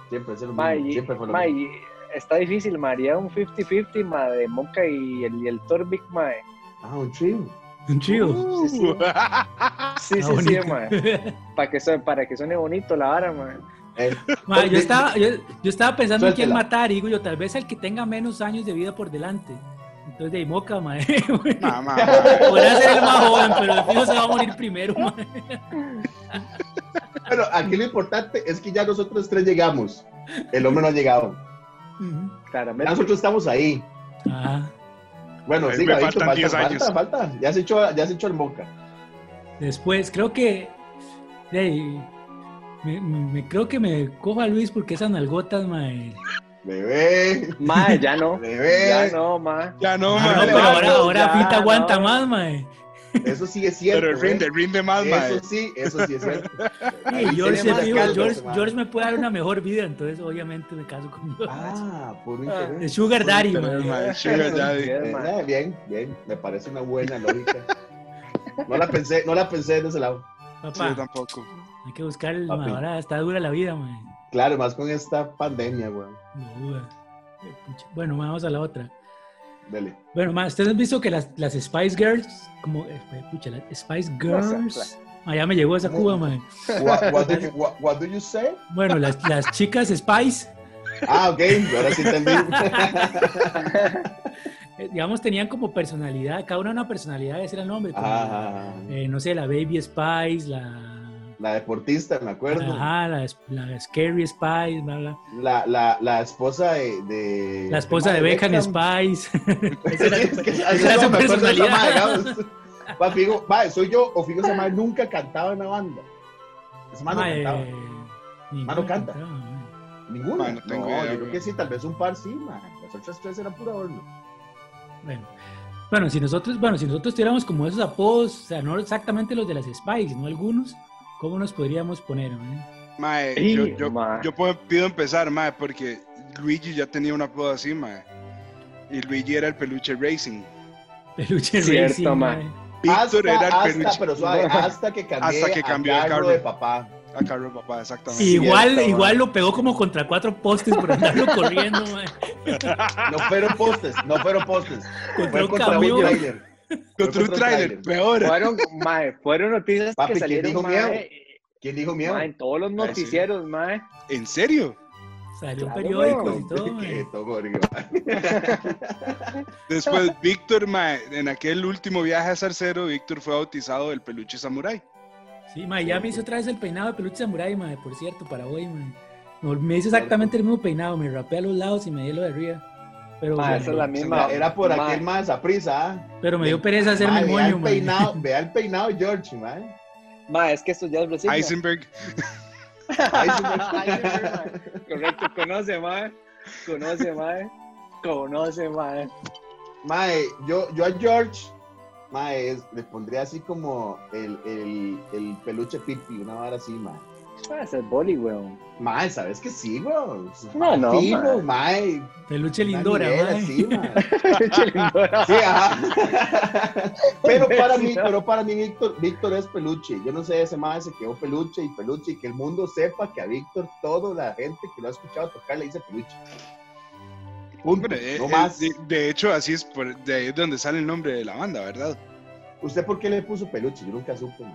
[SPEAKER 6] Siempre, es lo mismo,
[SPEAKER 5] Mae, y-
[SPEAKER 6] siempre fue lo
[SPEAKER 5] mae,
[SPEAKER 6] mismo.
[SPEAKER 5] y está difícil, mae. Haría un 50-50, mae, de Monca y el, y el Torbic, mae.
[SPEAKER 6] Ah, un trío.
[SPEAKER 2] Un trío.
[SPEAKER 4] Uh,
[SPEAKER 5] Sí, sí,
[SPEAKER 6] Uh.
[SPEAKER 5] sí,
[SPEAKER 2] Ah,
[SPEAKER 5] sí, sí,
[SPEAKER 2] bonito.
[SPEAKER 5] mae. Para que, suene, para que suene bonito la vara, mae.
[SPEAKER 6] Eh,
[SPEAKER 2] Ma, yo, estaba, yo, yo estaba pensando en quién
[SPEAKER 6] Suéltela.
[SPEAKER 2] matar, y digo yo, tal vez el que tenga menos años de vida por delante. Entonces, de ahí, moca, ma.
[SPEAKER 4] Ma, ma, ma.
[SPEAKER 2] Podrá ser el más joven, pero el fijo se va a morir primero, ma.
[SPEAKER 6] Bueno, aquí lo importante es que ya nosotros tres llegamos. El hombre no ha llegado.
[SPEAKER 2] Ujú.
[SPEAKER 6] Ya
[SPEAKER 5] Claramente.
[SPEAKER 6] nosotros estamos ahí.
[SPEAKER 2] Ajá.
[SPEAKER 6] Bueno,
[SPEAKER 4] Ahí
[SPEAKER 6] sí,
[SPEAKER 4] me
[SPEAKER 6] Gabito,
[SPEAKER 4] faltan
[SPEAKER 6] falta,
[SPEAKER 4] 10 años.
[SPEAKER 6] falta, falta. Ya se echó, ya se echó el moca.
[SPEAKER 2] Después, creo que. de ahí, me, me- creo que me cojo a Luis porque esas nalgotas, ma. eh.
[SPEAKER 6] Bebé,
[SPEAKER 5] Mae, ya no.
[SPEAKER 6] bebé.
[SPEAKER 5] Ya no, mae.
[SPEAKER 4] Ya no,
[SPEAKER 2] Ah,
[SPEAKER 4] mae.
[SPEAKER 2] no,
[SPEAKER 6] vale,
[SPEAKER 2] pero
[SPEAKER 6] vale,
[SPEAKER 2] ahora, ahora
[SPEAKER 5] ya,
[SPEAKER 2] Fita aguanta
[SPEAKER 5] no.
[SPEAKER 2] más, ma. eh.
[SPEAKER 6] Eso sí es cierto.
[SPEAKER 4] Pero rinde, rinde más, mae.
[SPEAKER 6] Eso sí, eso sí es cierto.
[SPEAKER 2] Y
[SPEAKER 6] Ahí
[SPEAKER 2] George,
[SPEAKER 6] tiene
[SPEAKER 2] se
[SPEAKER 6] más
[SPEAKER 2] fijo,
[SPEAKER 6] caldo,
[SPEAKER 2] George-
[SPEAKER 6] ese man.
[SPEAKER 2] George me puede dar una mejor vida, entonces obviamente me caso con George.
[SPEAKER 6] Ah, por
[SPEAKER 5] Ah,
[SPEAKER 2] De
[SPEAKER 6] interés.
[SPEAKER 2] Sugar Daddy, ma.
[SPEAKER 4] Pero, mae, sugar daddy.
[SPEAKER 5] Qué mae.
[SPEAKER 6] Eh, Bien, bien. Me parece una buena lógica. No la pensé, no la pensé de ese lado.
[SPEAKER 4] Sí, yo
[SPEAKER 2] Papá,
[SPEAKER 4] tampoco.
[SPEAKER 2] hay que buscar el
[SPEAKER 6] Papi.
[SPEAKER 2] ma, Ahora está dura la vida, ma.
[SPEAKER 6] Claro, más con esta pandemia, güey.
[SPEAKER 2] No duda. Eh, pucha. Bueno, ma, vamos a la otra.
[SPEAKER 6] Dele.
[SPEAKER 2] Bueno, ma, ustedes han visto que las, las Spice Girls, como, eh, pucha, las Spice Girls. Ah, ya me llegó esa Cuba, ma.
[SPEAKER 6] What, what do you- what- what do you say?
[SPEAKER 2] Bueno, las, las chicas Spice,
[SPEAKER 6] Ah, ok, ahora sí entendí.
[SPEAKER 2] eh, digamos, tenían como personalidad, cada una una personalidad, ese era el nombre. como,
[SPEAKER 6] Ah,
[SPEAKER 2] eh, no sé, la Baby Spice, la.
[SPEAKER 6] la deportista, me acuerdo.
[SPEAKER 2] Ajá, la, la Scary Spice, bla, bla.
[SPEAKER 6] La, la, la esposa de, de-
[SPEAKER 2] La esposa de Beckham Spice. Esa era
[SPEAKER 6] Es
[SPEAKER 2] su-
[SPEAKER 6] que-
[SPEAKER 2] esa
[SPEAKER 6] es que
[SPEAKER 2] era
[SPEAKER 6] no
[SPEAKER 2] su
[SPEAKER 6] me acuerdo de esa
[SPEAKER 2] personalidad.
[SPEAKER 6] madre, digamos. Va, Figo, va, soy yo o Figo Samar nunca cantaba en la banda. Esa madre
[SPEAKER 2] Ma, eh, ninguna
[SPEAKER 6] no cantaba. Mano canta.
[SPEAKER 2] cantaba, ma.
[SPEAKER 6] Ninguna.
[SPEAKER 4] Ma,
[SPEAKER 6] no,
[SPEAKER 4] no tengo idea,
[SPEAKER 6] yo creo
[SPEAKER 4] güey.
[SPEAKER 6] que sí, tal vez un par sí, ma. Las otras tres eran pura horno.
[SPEAKER 2] Bueno. Bueno, si nosotros, bueno, si nosotros tuviéramos como esos apodos, o sea, no exactamente los de las Spice, no algunos, ¿cómo nos podríamos poner? ma?
[SPEAKER 4] Mae,
[SPEAKER 5] Sí,
[SPEAKER 4] yo, yo,
[SPEAKER 5] mae.
[SPEAKER 4] yo puedo- pido empezar, mae, porque Luigi ya tenía una apodo así, mae. Y Luigi era el peluche Racing.
[SPEAKER 2] Peluche eh.
[SPEAKER 5] Cierto,
[SPEAKER 2] Racing,
[SPEAKER 5] ma.
[SPEAKER 2] ma.
[SPEAKER 6] Hasta,
[SPEAKER 4] Víctor era el
[SPEAKER 6] hasta,
[SPEAKER 4] peluche.
[SPEAKER 6] pero suave, hasta que cambié,
[SPEAKER 4] Hasta que cambió de
[SPEAKER 6] a carro
[SPEAKER 4] carro.
[SPEAKER 6] de papá.
[SPEAKER 4] A Carlos Papá, exactamente.
[SPEAKER 6] Sí.
[SPEAKER 2] Igual,
[SPEAKER 6] cierto, ma.
[SPEAKER 2] igual lo pegó como contra cuatro postes por andarlo corriendo, ma.
[SPEAKER 6] No fueron postes, no fueron postes.
[SPEAKER 2] Contra
[SPEAKER 6] Fue
[SPEAKER 2] un
[SPEAKER 6] contra un
[SPEAKER 2] camión.
[SPEAKER 6] trailer.
[SPEAKER 4] Contra un trailer, peor.
[SPEAKER 5] Fueron, mae, fueron noticias
[SPEAKER 6] Papi,
[SPEAKER 5] que
[SPEAKER 6] ¿quién
[SPEAKER 5] salieron,
[SPEAKER 6] dijo
[SPEAKER 5] mae.
[SPEAKER 6] ¿Quién dijo miedo?
[SPEAKER 5] mae, en todos los
[SPEAKER 4] sí.
[SPEAKER 5] noticieros, mae.
[SPEAKER 4] ¿En serio?
[SPEAKER 2] Salió en
[SPEAKER 5] Claro,
[SPEAKER 2] periódicos y
[SPEAKER 5] weón.
[SPEAKER 2] todo, ma.
[SPEAKER 6] Quieto, Jorge.
[SPEAKER 4] Después, Víctor, mae, en aquel último viaje a Sarcero, Víctor fue bautizado del peluche Samurai.
[SPEAKER 2] Sí, ma, ya me hice otra vez el peinado de peluche samurai, ma, por cierto, para hoy, ma. No, Me hice exactamente el mismo peinado, me rapé a los lados y me di lo de arriba. Pero,
[SPEAKER 5] Ma,
[SPEAKER 2] bueno,
[SPEAKER 5] esa es la misma.
[SPEAKER 6] Era, era por
[SPEAKER 5] Ma,
[SPEAKER 6] aquel más a prisa. ah.
[SPEAKER 2] pero me dio pereza hacerme el
[SPEAKER 6] vea
[SPEAKER 2] moño,
[SPEAKER 6] el
[SPEAKER 2] ma.
[SPEAKER 6] peinado, vea el peinado, George, man.
[SPEAKER 5] ma, es que esto ya es Brasil.
[SPEAKER 4] Heisenberg.
[SPEAKER 5] Correcto, conoce, mae. Conoce, mae. Conoce, mae.
[SPEAKER 6] Mae, yo, yo a George, mae, es- le pondría así como el, el, el peluche pipi, una vara así, mae.
[SPEAKER 5] Ma, ese es boli, weón.
[SPEAKER 6] Mae, ¿sabes que sí, bro?
[SPEAKER 5] No, no,
[SPEAKER 6] Figo, mae.
[SPEAKER 2] Peluche
[SPEAKER 6] una
[SPEAKER 2] lindora,
[SPEAKER 6] nivel
[SPEAKER 2] ma.
[SPEAKER 6] así, mae.
[SPEAKER 5] Chilindora.
[SPEAKER 6] Sí, ajá. Pero para mí, pero para mí Víctor, Víctor es peluche. Yo no sé, ese madre se quedó peluche y peluche y que el mundo sepa que a Víctor toda la gente que lo ha escuchado tocar le dice peluche. Punto,
[SPEAKER 4] Bueno, eh,
[SPEAKER 6] no
[SPEAKER 4] eh,
[SPEAKER 6] más.
[SPEAKER 4] de, de hecho, así es, por- de ahí es donde sale el nombre de la banda, ¿verdad?
[SPEAKER 6] ¿Usted por qué le puso peluche? Yo nunca supe. ma.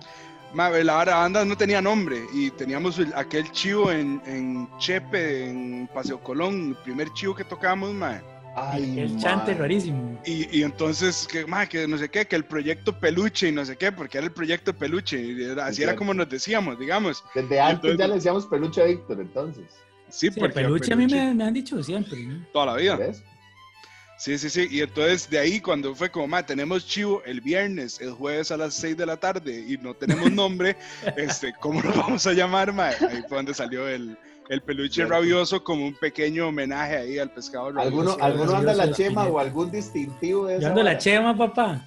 [SPEAKER 4] Mae, eh, la la banda no tenía nombre y teníamos el- aquel chivo en, en Chepe, en Paseo Colón, el primer chivo que tocamos, mae.
[SPEAKER 6] Ay,
[SPEAKER 2] el chante
[SPEAKER 6] mae.
[SPEAKER 2] rarísimo.
[SPEAKER 4] Y, y entonces, que, ma, que no sé qué, que el proyecto peluche y no sé qué, porque era el proyecto peluche. y era- así era
[SPEAKER 6] Entiendo.
[SPEAKER 4] como nos decíamos, digamos.
[SPEAKER 6] Desde antes
[SPEAKER 4] Entonces-
[SPEAKER 6] ya le decíamos peluche a Víctor, entonces.
[SPEAKER 2] Sí,
[SPEAKER 4] Sí,
[SPEAKER 2] el
[SPEAKER 4] porque
[SPEAKER 2] peluche a mí me, me han dicho siempre. ¿no?
[SPEAKER 4] Toda la vida.
[SPEAKER 6] ¿Ves?
[SPEAKER 4] Sí, sí, sí. Y entonces de ahí cuando fue como, ma, tenemos chivo el viernes, el jueves a las 6 de la tarde y no tenemos nombre, este, ¿cómo lo vamos a llamar, ma? Ahí fue donde salió el, el peluche
[SPEAKER 6] Cierto.
[SPEAKER 4] rabioso como un pequeño homenaje ahí al pescado
[SPEAKER 6] ¿Alguno,
[SPEAKER 4] rabioso.
[SPEAKER 6] alguno anda
[SPEAKER 2] gracioso,
[SPEAKER 6] la chema
[SPEAKER 2] Pineda.
[SPEAKER 6] o algún distintivo de
[SPEAKER 2] Yo
[SPEAKER 6] esa
[SPEAKER 2] ando la
[SPEAKER 6] vara?
[SPEAKER 2] chema, papá.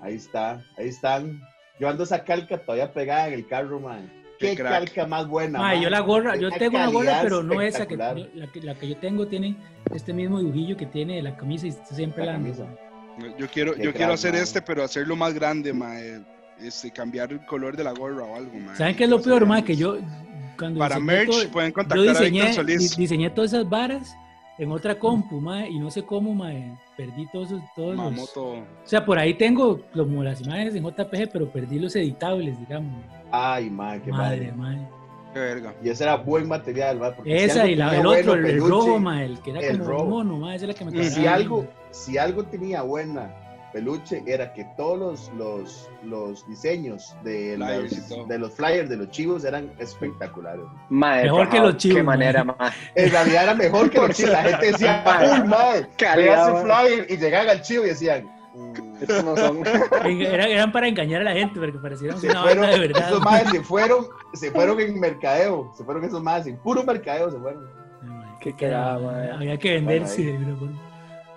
[SPEAKER 6] Ahí está, ahí están. Yo ando esa calca todavía pegada en el carro, man.
[SPEAKER 4] Qué
[SPEAKER 6] Qué,
[SPEAKER 4] crack.
[SPEAKER 6] calca más buena.
[SPEAKER 2] Mae,
[SPEAKER 6] mae.
[SPEAKER 2] yo la gorra,
[SPEAKER 6] De
[SPEAKER 2] yo
[SPEAKER 6] una
[SPEAKER 2] tengo una gorra,
[SPEAKER 6] calidad
[SPEAKER 2] pero no esa que
[SPEAKER 6] espectacular.
[SPEAKER 2] la, que la que yo tengo tiene este mismo dibujillo que tiene de la camisa y siempre
[SPEAKER 6] La
[SPEAKER 2] la, ando.
[SPEAKER 6] camisa.
[SPEAKER 4] Yo quiero,
[SPEAKER 6] Qué
[SPEAKER 4] yo quiero
[SPEAKER 6] crack,
[SPEAKER 4] hacer
[SPEAKER 6] ma.
[SPEAKER 4] este, pero hacerlo más grande, ma. eh, Este, cambiar el color de la gorra o algo, ma.
[SPEAKER 2] ¿Saben qué es lo
[SPEAKER 4] Entonces,
[SPEAKER 2] peor, mae?
[SPEAKER 4] digamos,
[SPEAKER 2] Que yo cuando
[SPEAKER 4] Para
[SPEAKER 2] diseñé
[SPEAKER 4] merch
[SPEAKER 2] todo-
[SPEAKER 4] pueden
[SPEAKER 2] yo
[SPEAKER 4] contactar a
[SPEAKER 2] diseñé,
[SPEAKER 4] Víctor Solís.
[SPEAKER 2] di- diseñé todas esas varas en otra compu, mae, y no sé cómo, mae, perdí todos esos, todos los-
[SPEAKER 4] Mamoto.
[SPEAKER 2] o sea, por ahí tengo como las imágenes en JPG, pero perdí los editables, digamos.
[SPEAKER 6] Ay, man, qué
[SPEAKER 2] madre,
[SPEAKER 6] madre.
[SPEAKER 2] madre.
[SPEAKER 4] Qué verga.
[SPEAKER 6] Y ese era buen material, man. porque si
[SPEAKER 2] Esa
[SPEAKER 6] algo
[SPEAKER 2] y la,
[SPEAKER 6] tenía
[SPEAKER 2] el
[SPEAKER 6] bueno
[SPEAKER 2] otro, el, el
[SPEAKER 6] peluche,
[SPEAKER 2] rojo, mae, el que era
[SPEAKER 6] el
[SPEAKER 2] como
[SPEAKER 6] rojo.
[SPEAKER 2] un mono, mae, esa es la que me
[SPEAKER 4] Y si
[SPEAKER 6] Si
[SPEAKER 2] cuadraba.
[SPEAKER 6] algo, si algo tenía buena peluche era que todos los, los, los diseños de
[SPEAKER 4] Flyers y todo.
[SPEAKER 6] los, de los flyers de los chivos eran espectaculares.
[SPEAKER 5] Madre,
[SPEAKER 2] Mejor que
[SPEAKER 5] fajado,
[SPEAKER 2] los chivos,
[SPEAKER 5] Qué
[SPEAKER 2] ma.
[SPEAKER 5] manera, ma.
[SPEAKER 6] En realidad era mejor que los chivos. La gente decía, uy, man,
[SPEAKER 5] Calidad,
[SPEAKER 6] ese
[SPEAKER 5] man.
[SPEAKER 6] flyer. Y llegaban al chivo y decían, "Mm,
[SPEAKER 5] Estos no son.
[SPEAKER 2] Venga, era- eran para engañar a la gente, para que pareciéramos
[SPEAKER 6] se
[SPEAKER 2] una banda
[SPEAKER 6] fueron,
[SPEAKER 2] de verdad.
[SPEAKER 6] esos madres se fueron, se fueron en mercadeo, se fueron esos madres, en puro mercadeo se fueron.
[SPEAKER 2] Ay, madre,
[SPEAKER 5] Qué
[SPEAKER 2] qué
[SPEAKER 5] cagada,
[SPEAKER 2] cagada,
[SPEAKER 5] madre.
[SPEAKER 2] madre. Había que venderse de alguna forma.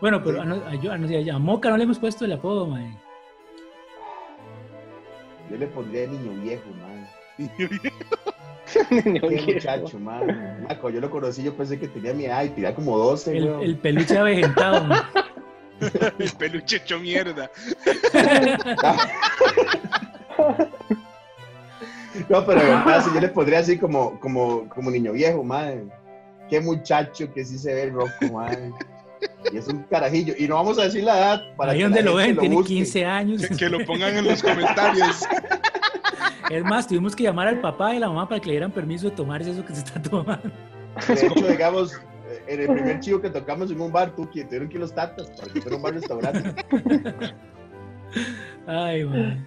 [SPEAKER 2] Bueno, pero
[SPEAKER 6] Sí.
[SPEAKER 2] a, no- a yo- a no sé, a Moca no le hemos puesto el apodo, eh. mae.
[SPEAKER 6] Yo le pondría el niño viejo, man.
[SPEAKER 5] Ni un
[SPEAKER 6] Qué
[SPEAKER 5] giro.
[SPEAKER 6] muchacho, man. Ma, Cuando yo lo conocí, yo pensé que tenía mi edad y tenía como 12,
[SPEAKER 2] El,
[SPEAKER 6] weón.
[SPEAKER 2] el peluche avejentado, mae.
[SPEAKER 4] El peluche hecho mierda.
[SPEAKER 6] No, pero de verdad, si yo le pondría así como, como, como niño viejo, man. Qué muchacho que sí se ve roco, man. Y es un carajillo. Y no vamos a decir la edad para
[SPEAKER 2] Ahí
[SPEAKER 6] que
[SPEAKER 2] donde
[SPEAKER 6] la
[SPEAKER 2] lo
[SPEAKER 6] gente
[SPEAKER 2] ven, tiene
[SPEAKER 6] busque.
[SPEAKER 2] 15 años.
[SPEAKER 4] Que, que lo pongan en los comentarios.
[SPEAKER 2] Es más, tuvimos que llamar al papá y la mamá para que le dieran permiso de tomarse eso que se está tomando.
[SPEAKER 6] De hecho, digamos, eh, en el primer chivo que tocamos en un bar, tú que tuvieron que ir los tatas para que fuera un bar restaurante.
[SPEAKER 2] Ay, mae.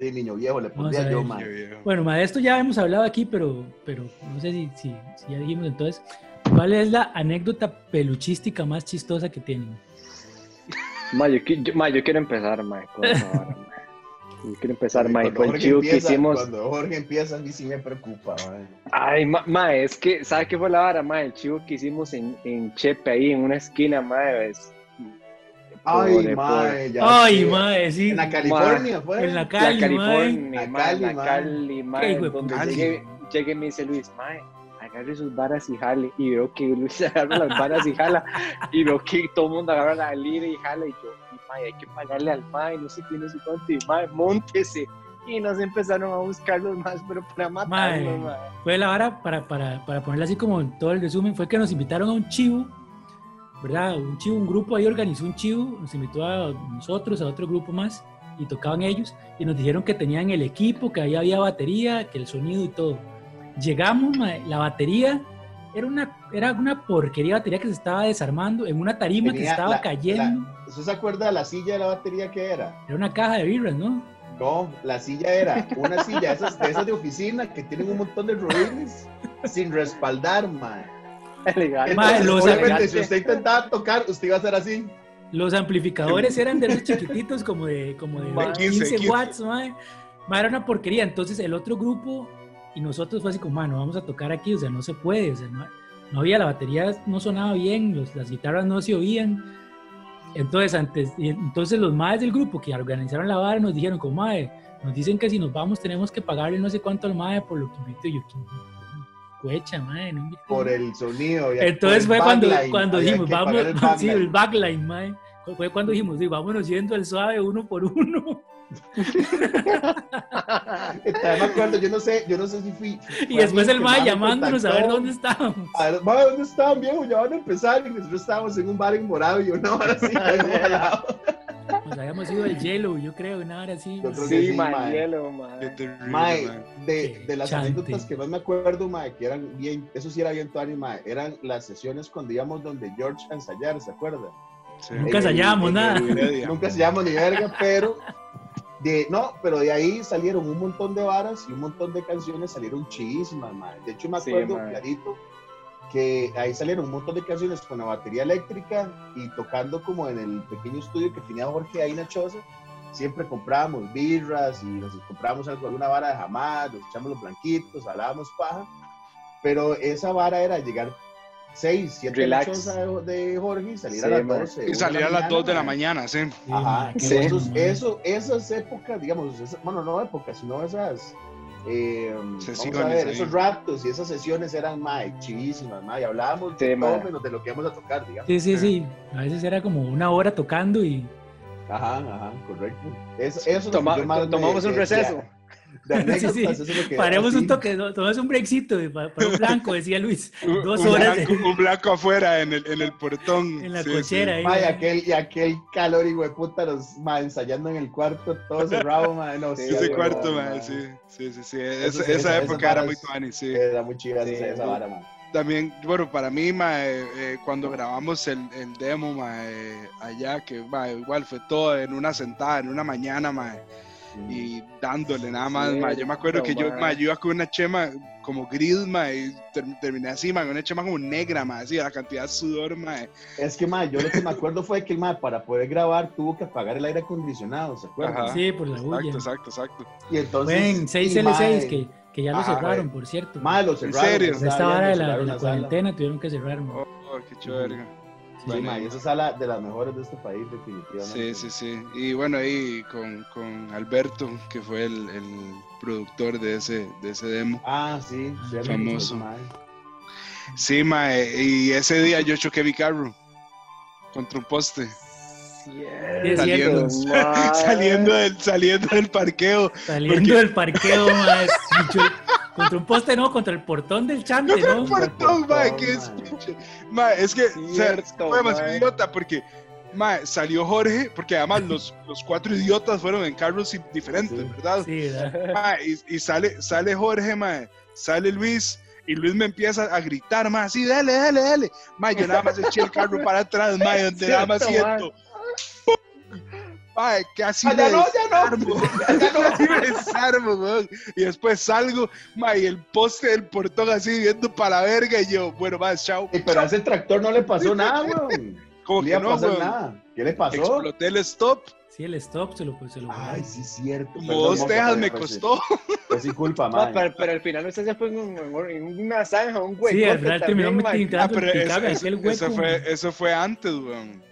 [SPEAKER 6] Sí, niño viejo, le
[SPEAKER 2] Vamos a
[SPEAKER 6] pondría
[SPEAKER 2] ver.
[SPEAKER 6] yo, man.
[SPEAKER 4] Qué viejo.
[SPEAKER 2] Bueno, ma, de esto ya hemos hablado aquí, pero, pero no sé si, si, si ya dijimos entonces. ¿Cuál es la anécdota peluchística más chistosa que tienen?
[SPEAKER 5] Ma, yo, qui- yo- ma, yo quiero empezar, ma. con esa vara, ma. Yo quiero empezar, ma. y
[SPEAKER 6] Cuando
[SPEAKER 5] Fue el
[SPEAKER 6] Jorge
[SPEAKER 5] chivo que
[SPEAKER 6] empieza-
[SPEAKER 5] hicimos.
[SPEAKER 6] Cuando Jorge empieza, a mí sí me preocupa, man.
[SPEAKER 5] Ay, ma, ma, es que, ¿sabes qué fue la vara, ma? El chivo que hicimos en, en Chepe, ahí en una esquina, ma. Es,
[SPEAKER 6] Ay,
[SPEAKER 5] Pobre, pobre.
[SPEAKER 6] man. ya
[SPEAKER 2] Ay,
[SPEAKER 6] sé.
[SPEAKER 2] mae, sí.
[SPEAKER 6] En la California, pues, fue.
[SPEAKER 2] En la
[SPEAKER 5] la
[SPEAKER 2] calle, mae.
[SPEAKER 5] California,
[SPEAKER 6] mae. La
[SPEAKER 5] ma,
[SPEAKER 6] Cali,
[SPEAKER 5] la
[SPEAKER 6] mae.
[SPEAKER 5] Cali, ma.
[SPEAKER 2] Qué hijo de
[SPEAKER 5] Donde
[SPEAKER 4] puta.
[SPEAKER 5] llegué, llegué y me dice Luis, ma, agarre sus varas y jale. Y veo que Luis agarra las varas y jala. Y veo que todo el mundo agarra la lira y jala. Y yo, y, ma, hay que pagarle al ma, y no sé qué, no sé cuánto. Y ma, montese. Y nos empezaron a buscar los más, pero para matarlos,
[SPEAKER 2] Mae.
[SPEAKER 5] ma.
[SPEAKER 2] Fue la vara, para, para, para ponerla así como en todo el resumen, fue que nos invitaron a un chivo, ¿verdad? Un chivo, un grupo ahí organizó un chivo, nos invitó a nosotros, a otro grupo más, y tocaban ellos, y nos dijeron que tenían el equipo, que ahí había batería, que el sonido y todo. Llegamos, mae, la batería era una, era una porquería de batería que se estaba desarmando en una tarima que
[SPEAKER 6] Tenía
[SPEAKER 2] estaba
[SPEAKER 6] la-
[SPEAKER 2] cayendo.
[SPEAKER 6] ¿Usted se acuerda de la silla de la batería que era?
[SPEAKER 2] Era una caja de birras, ¿no?
[SPEAKER 6] No, la silla era una silla esas, de esas de oficina que tienen un montón de ruines sin respaldar, man.
[SPEAKER 5] Elegante.
[SPEAKER 2] Mae,
[SPEAKER 6] Entonces,
[SPEAKER 2] los
[SPEAKER 6] obviamente,
[SPEAKER 5] Elegante.
[SPEAKER 6] si usted intentaba tocar, usted iba a hacer así.
[SPEAKER 2] Los amplificadores eran de esos chiquititos como de, como de
[SPEAKER 5] Ma,
[SPEAKER 2] 15,
[SPEAKER 4] 15.
[SPEAKER 2] watts, mae. Mae, era una porquería. Entonces el otro grupo y nosotros fue así como, "Ma, no vamos a tocar aquí, o sea, no se puede, o sea, no, no había, la batería no sonaba bien, los- las guitarras no se oían. Entonces, antes, y entonces los madres del grupo que organizaron la vara nos dijeron como, mae, nos dicen que si nos vamos tenemos que pagarle no sé cuánto al mae por lo que invito Y yo. "¿Qué Cuecha, mae, no invito".
[SPEAKER 6] por el sonido. había-
[SPEAKER 2] Entonces
[SPEAKER 6] por
[SPEAKER 2] fue
[SPEAKER 6] el
[SPEAKER 2] cuando,
[SPEAKER 6] backline,
[SPEAKER 2] cuando
[SPEAKER 6] había
[SPEAKER 2] dijimos,
[SPEAKER 6] que pagar
[SPEAKER 2] vamos,
[SPEAKER 6] el
[SPEAKER 2] sí,
[SPEAKER 6] backline.
[SPEAKER 2] el backline, mae. Fue cuando dijimos, sí, vámonos yendo al suave uno por uno.
[SPEAKER 6] Entonces, me acuerdo, yo no sé, yo no sé si fui. fue
[SPEAKER 2] Y
[SPEAKER 6] a
[SPEAKER 2] después
[SPEAKER 6] mí
[SPEAKER 2] el
[SPEAKER 6] que
[SPEAKER 2] mae
[SPEAKER 6] me
[SPEAKER 2] llamándonos a ver
[SPEAKER 6] contactó.
[SPEAKER 2] dónde estábamos.
[SPEAKER 6] A ver, "Ma, ¿dónde estaban, viejo? Ya van a empezar. Y nosotros estábamos en un bar en Moravia, una hora así. al lado.
[SPEAKER 2] Nos habíamos ido al hielo, yo creo, una hora así.
[SPEAKER 6] Yo creo que
[SPEAKER 5] Sí,
[SPEAKER 6] sí,
[SPEAKER 5] mae,
[SPEAKER 6] mae.
[SPEAKER 5] hielo, mae.
[SPEAKER 4] Qué terrible,
[SPEAKER 6] Mae,
[SPEAKER 4] mae.
[SPEAKER 6] de, de las
[SPEAKER 2] Chante.
[SPEAKER 6] anécdotas que más me acuerdo, mae, que eran bien, eso sí era bien tuani, mae, eran las sesiones cuando íbamos donde George a ensayar, ¿se acuerda?
[SPEAKER 4] Sí.
[SPEAKER 2] Nunca
[SPEAKER 6] En el-
[SPEAKER 2] ensayábamos
[SPEAKER 6] en
[SPEAKER 2] nada.
[SPEAKER 6] el Wikipedia. Nunca ensayamos ni verga, pero de, no, pero de ahí salieron un montón de varas y un montón de canciones salieron chivísimas, mae. De hecho, me
[SPEAKER 5] Sí,
[SPEAKER 6] acuerdo
[SPEAKER 5] mae.
[SPEAKER 6] clarito que ahí salieron un montón de canciones con la batería eléctrica y tocando como en el pequeño estudio que tenía Jorge ahí en la choza. Siempre comprábamos birras y nos comprábamos algo, alguna vara de jamás, nos echamos los blanquitos, hablábamos paja. Pero esa vara era llegar 6, 7 de la
[SPEAKER 5] Relax.
[SPEAKER 6] choza de- de Jorge y salir a
[SPEAKER 5] Sí,
[SPEAKER 6] las
[SPEAKER 5] mae.
[SPEAKER 6] 12.
[SPEAKER 4] Y salir a las 2 de la mañana, sí.
[SPEAKER 2] Sí,
[SPEAKER 6] Ajá,
[SPEAKER 2] qué
[SPEAKER 6] sí,
[SPEAKER 2] bueno,
[SPEAKER 6] esos-
[SPEAKER 2] mae.
[SPEAKER 6] eso, esas épocas, digamos, esa- bueno, no épocas, sino esas. eh, vamos a
[SPEAKER 4] Sesiones
[SPEAKER 6] ver,
[SPEAKER 4] ahí.
[SPEAKER 6] esos raptos y esas sesiones eran mae, chivísimas, mae, y hablábamos de
[SPEAKER 5] Sí,
[SPEAKER 6] todo
[SPEAKER 5] mae.
[SPEAKER 6] menos de lo que íbamos a tocar, digamos.
[SPEAKER 2] Sí, sí, sí. A veces era como una hora tocando y
[SPEAKER 6] Ajá, ajá, correcto. Eso, eso es lo que
[SPEAKER 5] Toma-
[SPEAKER 6] yo más me-
[SPEAKER 5] tomamos un
[SPEAKER 6] de-
[SPEAKER 5] receso.
[SPEAKER 6] De, anécdotas,
[SPEAKER 2] Sí, sí.
[SPEAKER 6] eso es lo que-
[SPEAKER 2] paremos un
[SPEAKER 6] sí.
[SPEAKER 2] toque, no, tomamos un brexito para, un blanco, decía Luis,
[SPEAKER 4] Un-
[SPEAKER 2] Dos
[SPEAKER 4] un
[SPEAKER 2] horas de-
[SPEAKER 4] Blanco, un blanco afuera en el, en el portón.
[SPEAKER 2] en la
[SPEAKER 4] Sí, sí.
[SPEAKER 2] cochera. ahí,
[SPEAKER 6] Mae, y
[SPEAKER 2] mae.
[SPEAKER 6] aquel, y aquel calor y puta, los mae, ensayando en el cuarto, todo cerrado, mae, no,
[SPEAKER 5] Sí,
[SPEAKER 6] sí,
[SPEAKER 4] Ese
[SPEAKER 6] había-
[SPEAKER 4] cuarto,
[SPEAKER 6] mae,
[SPEAKER 4] mae, sí. Sí, sí, sí.
[SPEAKER 6] Eso
[SPEAKER 4] Esa-
[SPEAKER 6] sí,
[SPEAKER 4] esa
[SPEAKER 6] esa-
[SPEAKER 4] época
[SPEAKER 6] esa
[SPEAKER 4] era
[SPEAKER 6] vara
[SPEAKER 4] muy
[SPEAKER 6] es-
[SPEAKER 4] tuani, sí.
[SPEAKER 6] Era muy chida
[SPEAKER 5] Sí,
[SPEAKER 6] esa, esa
[SPEAKER 5] sí.
[SPEAKER 6] vara, mae.
[SPEAKER 4] También, bueno, para mí, mae, eh, cuando grabamos el, el demo, mae, allá, que mae, igual fue todo en una sentada, en una mañana, mae,
[SPEAKER 2] Mm.
[SPEAKER 4] y dándole nada más, mae. Yo me acuerdo que yo,
[SPEAKER 5] Cierto, mae.
[SPEAKER 4] mae, yo iba con una chema como gris, mae, y ter- terminé así, mae, con una chema como negra, mae, así, de la cantidad de sudor, eh. mae.
[SPEAKER 6] Es que, ma, yo lo que me acuerdo fue que, ma, para poder grabar tuvo que apagar el aire acondicionado, ¿se acuerdan?
[SPEAKER 4] Ajá.
[SPEAKER 2] Sí, por la
[SPEAKER 4] Exacto,
[SPEAKER 2] bulla.
[SPEAKER 4] exacto, exacto.
[SPEAKER 6] Y entonces...
[SPEAKER 2] Fue en 6L6
[SPEAKER 6] y,
[SPEAKER 2] que, que ya lo
[SPEAKER 6] Ajá,
[SPEAKER 2] cerraron,
[SPEAKER 6] mae.
[SPEAKER 2] por cierto.
[SPEAKER 6] Ma, lo cerraron.
[SPEAKER 4] serio?
[SPEAKER 6] lo
[SPEAKER 2] Por esta
[SPEAKER 6] cerraron,
[SPEAKER 2] vara de
[SPEAKER 6] lo
[SPEAKER 2] la, de
[SPEAKER 6] Pues cerraron
[SPEAKER 2] la
[SPEAKER 6] sala.
[SPEAKER 2] cuarentena tuvieron que cerrar. mae.
[SPEAKER 4] Oh, qué chuerga.
[SPEAKER 2] Sí,
[SPEAKER 6] Sí, ma, y esa sala de las mejores de este país, definitivamente.
[SPEAKER 4] Sí, sí, sí. Y bueno, ahí con, con Alberto, que fue el, el productor de ese, de ese demo.
[SPEAKER 6] Ah, sí. sí, era
[SPEAKER 4] Famoso.
[SPEAKER 6] ma.
[SPEAKER 4] Sí, mae, y ese día yo choqué mi carro contra un poste.
[SPEAKER 2] es
[SPEAKER 4] Saliendo,
[SPEAKER 2] cierto,
[SPEAKER 5] mae.
[SPEAKER 4] saliendo, del, saliendo del parqueo.
[SPEAKER 2] Saliendo
[SPEAKER 4] Porque-
[SPEAKER 2] del parqueo, mae, escuchó- contra un poste, no, contra el portón del chante, ¿no?
[SPEAKER 6] por-
[SPEAKER 4] Portón, mae, qué
[SPEAKER 6] Portón, mae.
[SPEAKER 4] escuche. Mae, es que o sea,
[SPEAKER 5] Cierto,
[SPEAKER 4] fue demasiado
[SPEAKER 5] mae.
[SPEAKER 4] idiota porque mae, salió Jorge, porque además los, los cuatro idiotas fueron en carros diferentes,
[SPEAKER 6] Sí.
[SPEAKER 4] ¿verdad?
[SPEAKER 2] Sí, ¿verdad?
[SPEAKER 4] Ma, y, y sale, sale Jorge, ma, sale Luis, y Luis me empieza a gritar, ma, así, dale, dale, dale. Ma, yo nada más eché el carro para atrás, ma, y donde nada más
[SPEAKER 5] Cierto, ma.
[SPEAKER 4] siento. ¡pum! Ma, casi
[SPEAKER 6] Ah, ya
[SPEAKER 4] me
[SPEAKER 6] no, ya no.
[SPEAKER 4] desarmo, casi me desarmo, weón. Y después salgo, ma, y el poste del portón así viendo para la verga, y yo, bueno, ma, chao.
[SPEAKER 6] Ey, Pero a ese tractor no le pasó nada, weón.
[SPEAKER 4] Como
[SPEAKER 6] No
[SPEAKER 4] que
[SPEAKER 6] le
[SPEAKER 4] no,
[SPEAKER 6] pasó
[SPEAKER 4] weón.
[SPEAKER 6] nada. ¿Qué le pasó?
[SPEAKER 4] Exploté el stop,
[SPEAKER 2] Sí, el stop se lo pues, se lo
[SPEAKER 6] Ay, sí, cierto.
[SPEAKER 4] como
[SPEAKER 6] Perdón,
[SPEAKER 4] dos
[SPEAKER 6] mozo,
[SPEAKER 4] tejas
[SPEAKER 6] pero
[SPEAKER 4] me
[SPEAKER 6] pues sí.
[SPEAKER 4] costó.
[SPEAKER 6] Fue sin culpa,
[SPEAKER 5] Ma,
[SPEAKER 6] ma.
[SPEAKER 5] pero, pero al final usted se fue en, un- en un- en una zanja, un hueco.
[SPEAKER 2] Sí, al final terminó
[SPEAKER 5] también,
[SPEAKER 2] metiendo
[SPEAKER 4] Ah,
[SPEAKER 2] en
[SPEAKER 4] pero
[SPEAKER 2] el
[SPEAKER 4] eso,
[SPEAKER 2] picado,
[SPEAKER 4] eso-
[SPEAKER 2] aquel hueco.
[SPEAKER 4] eso fue,
[SPEAKER 6] eh,
[SPEAKER 4] eso fue antes, weón.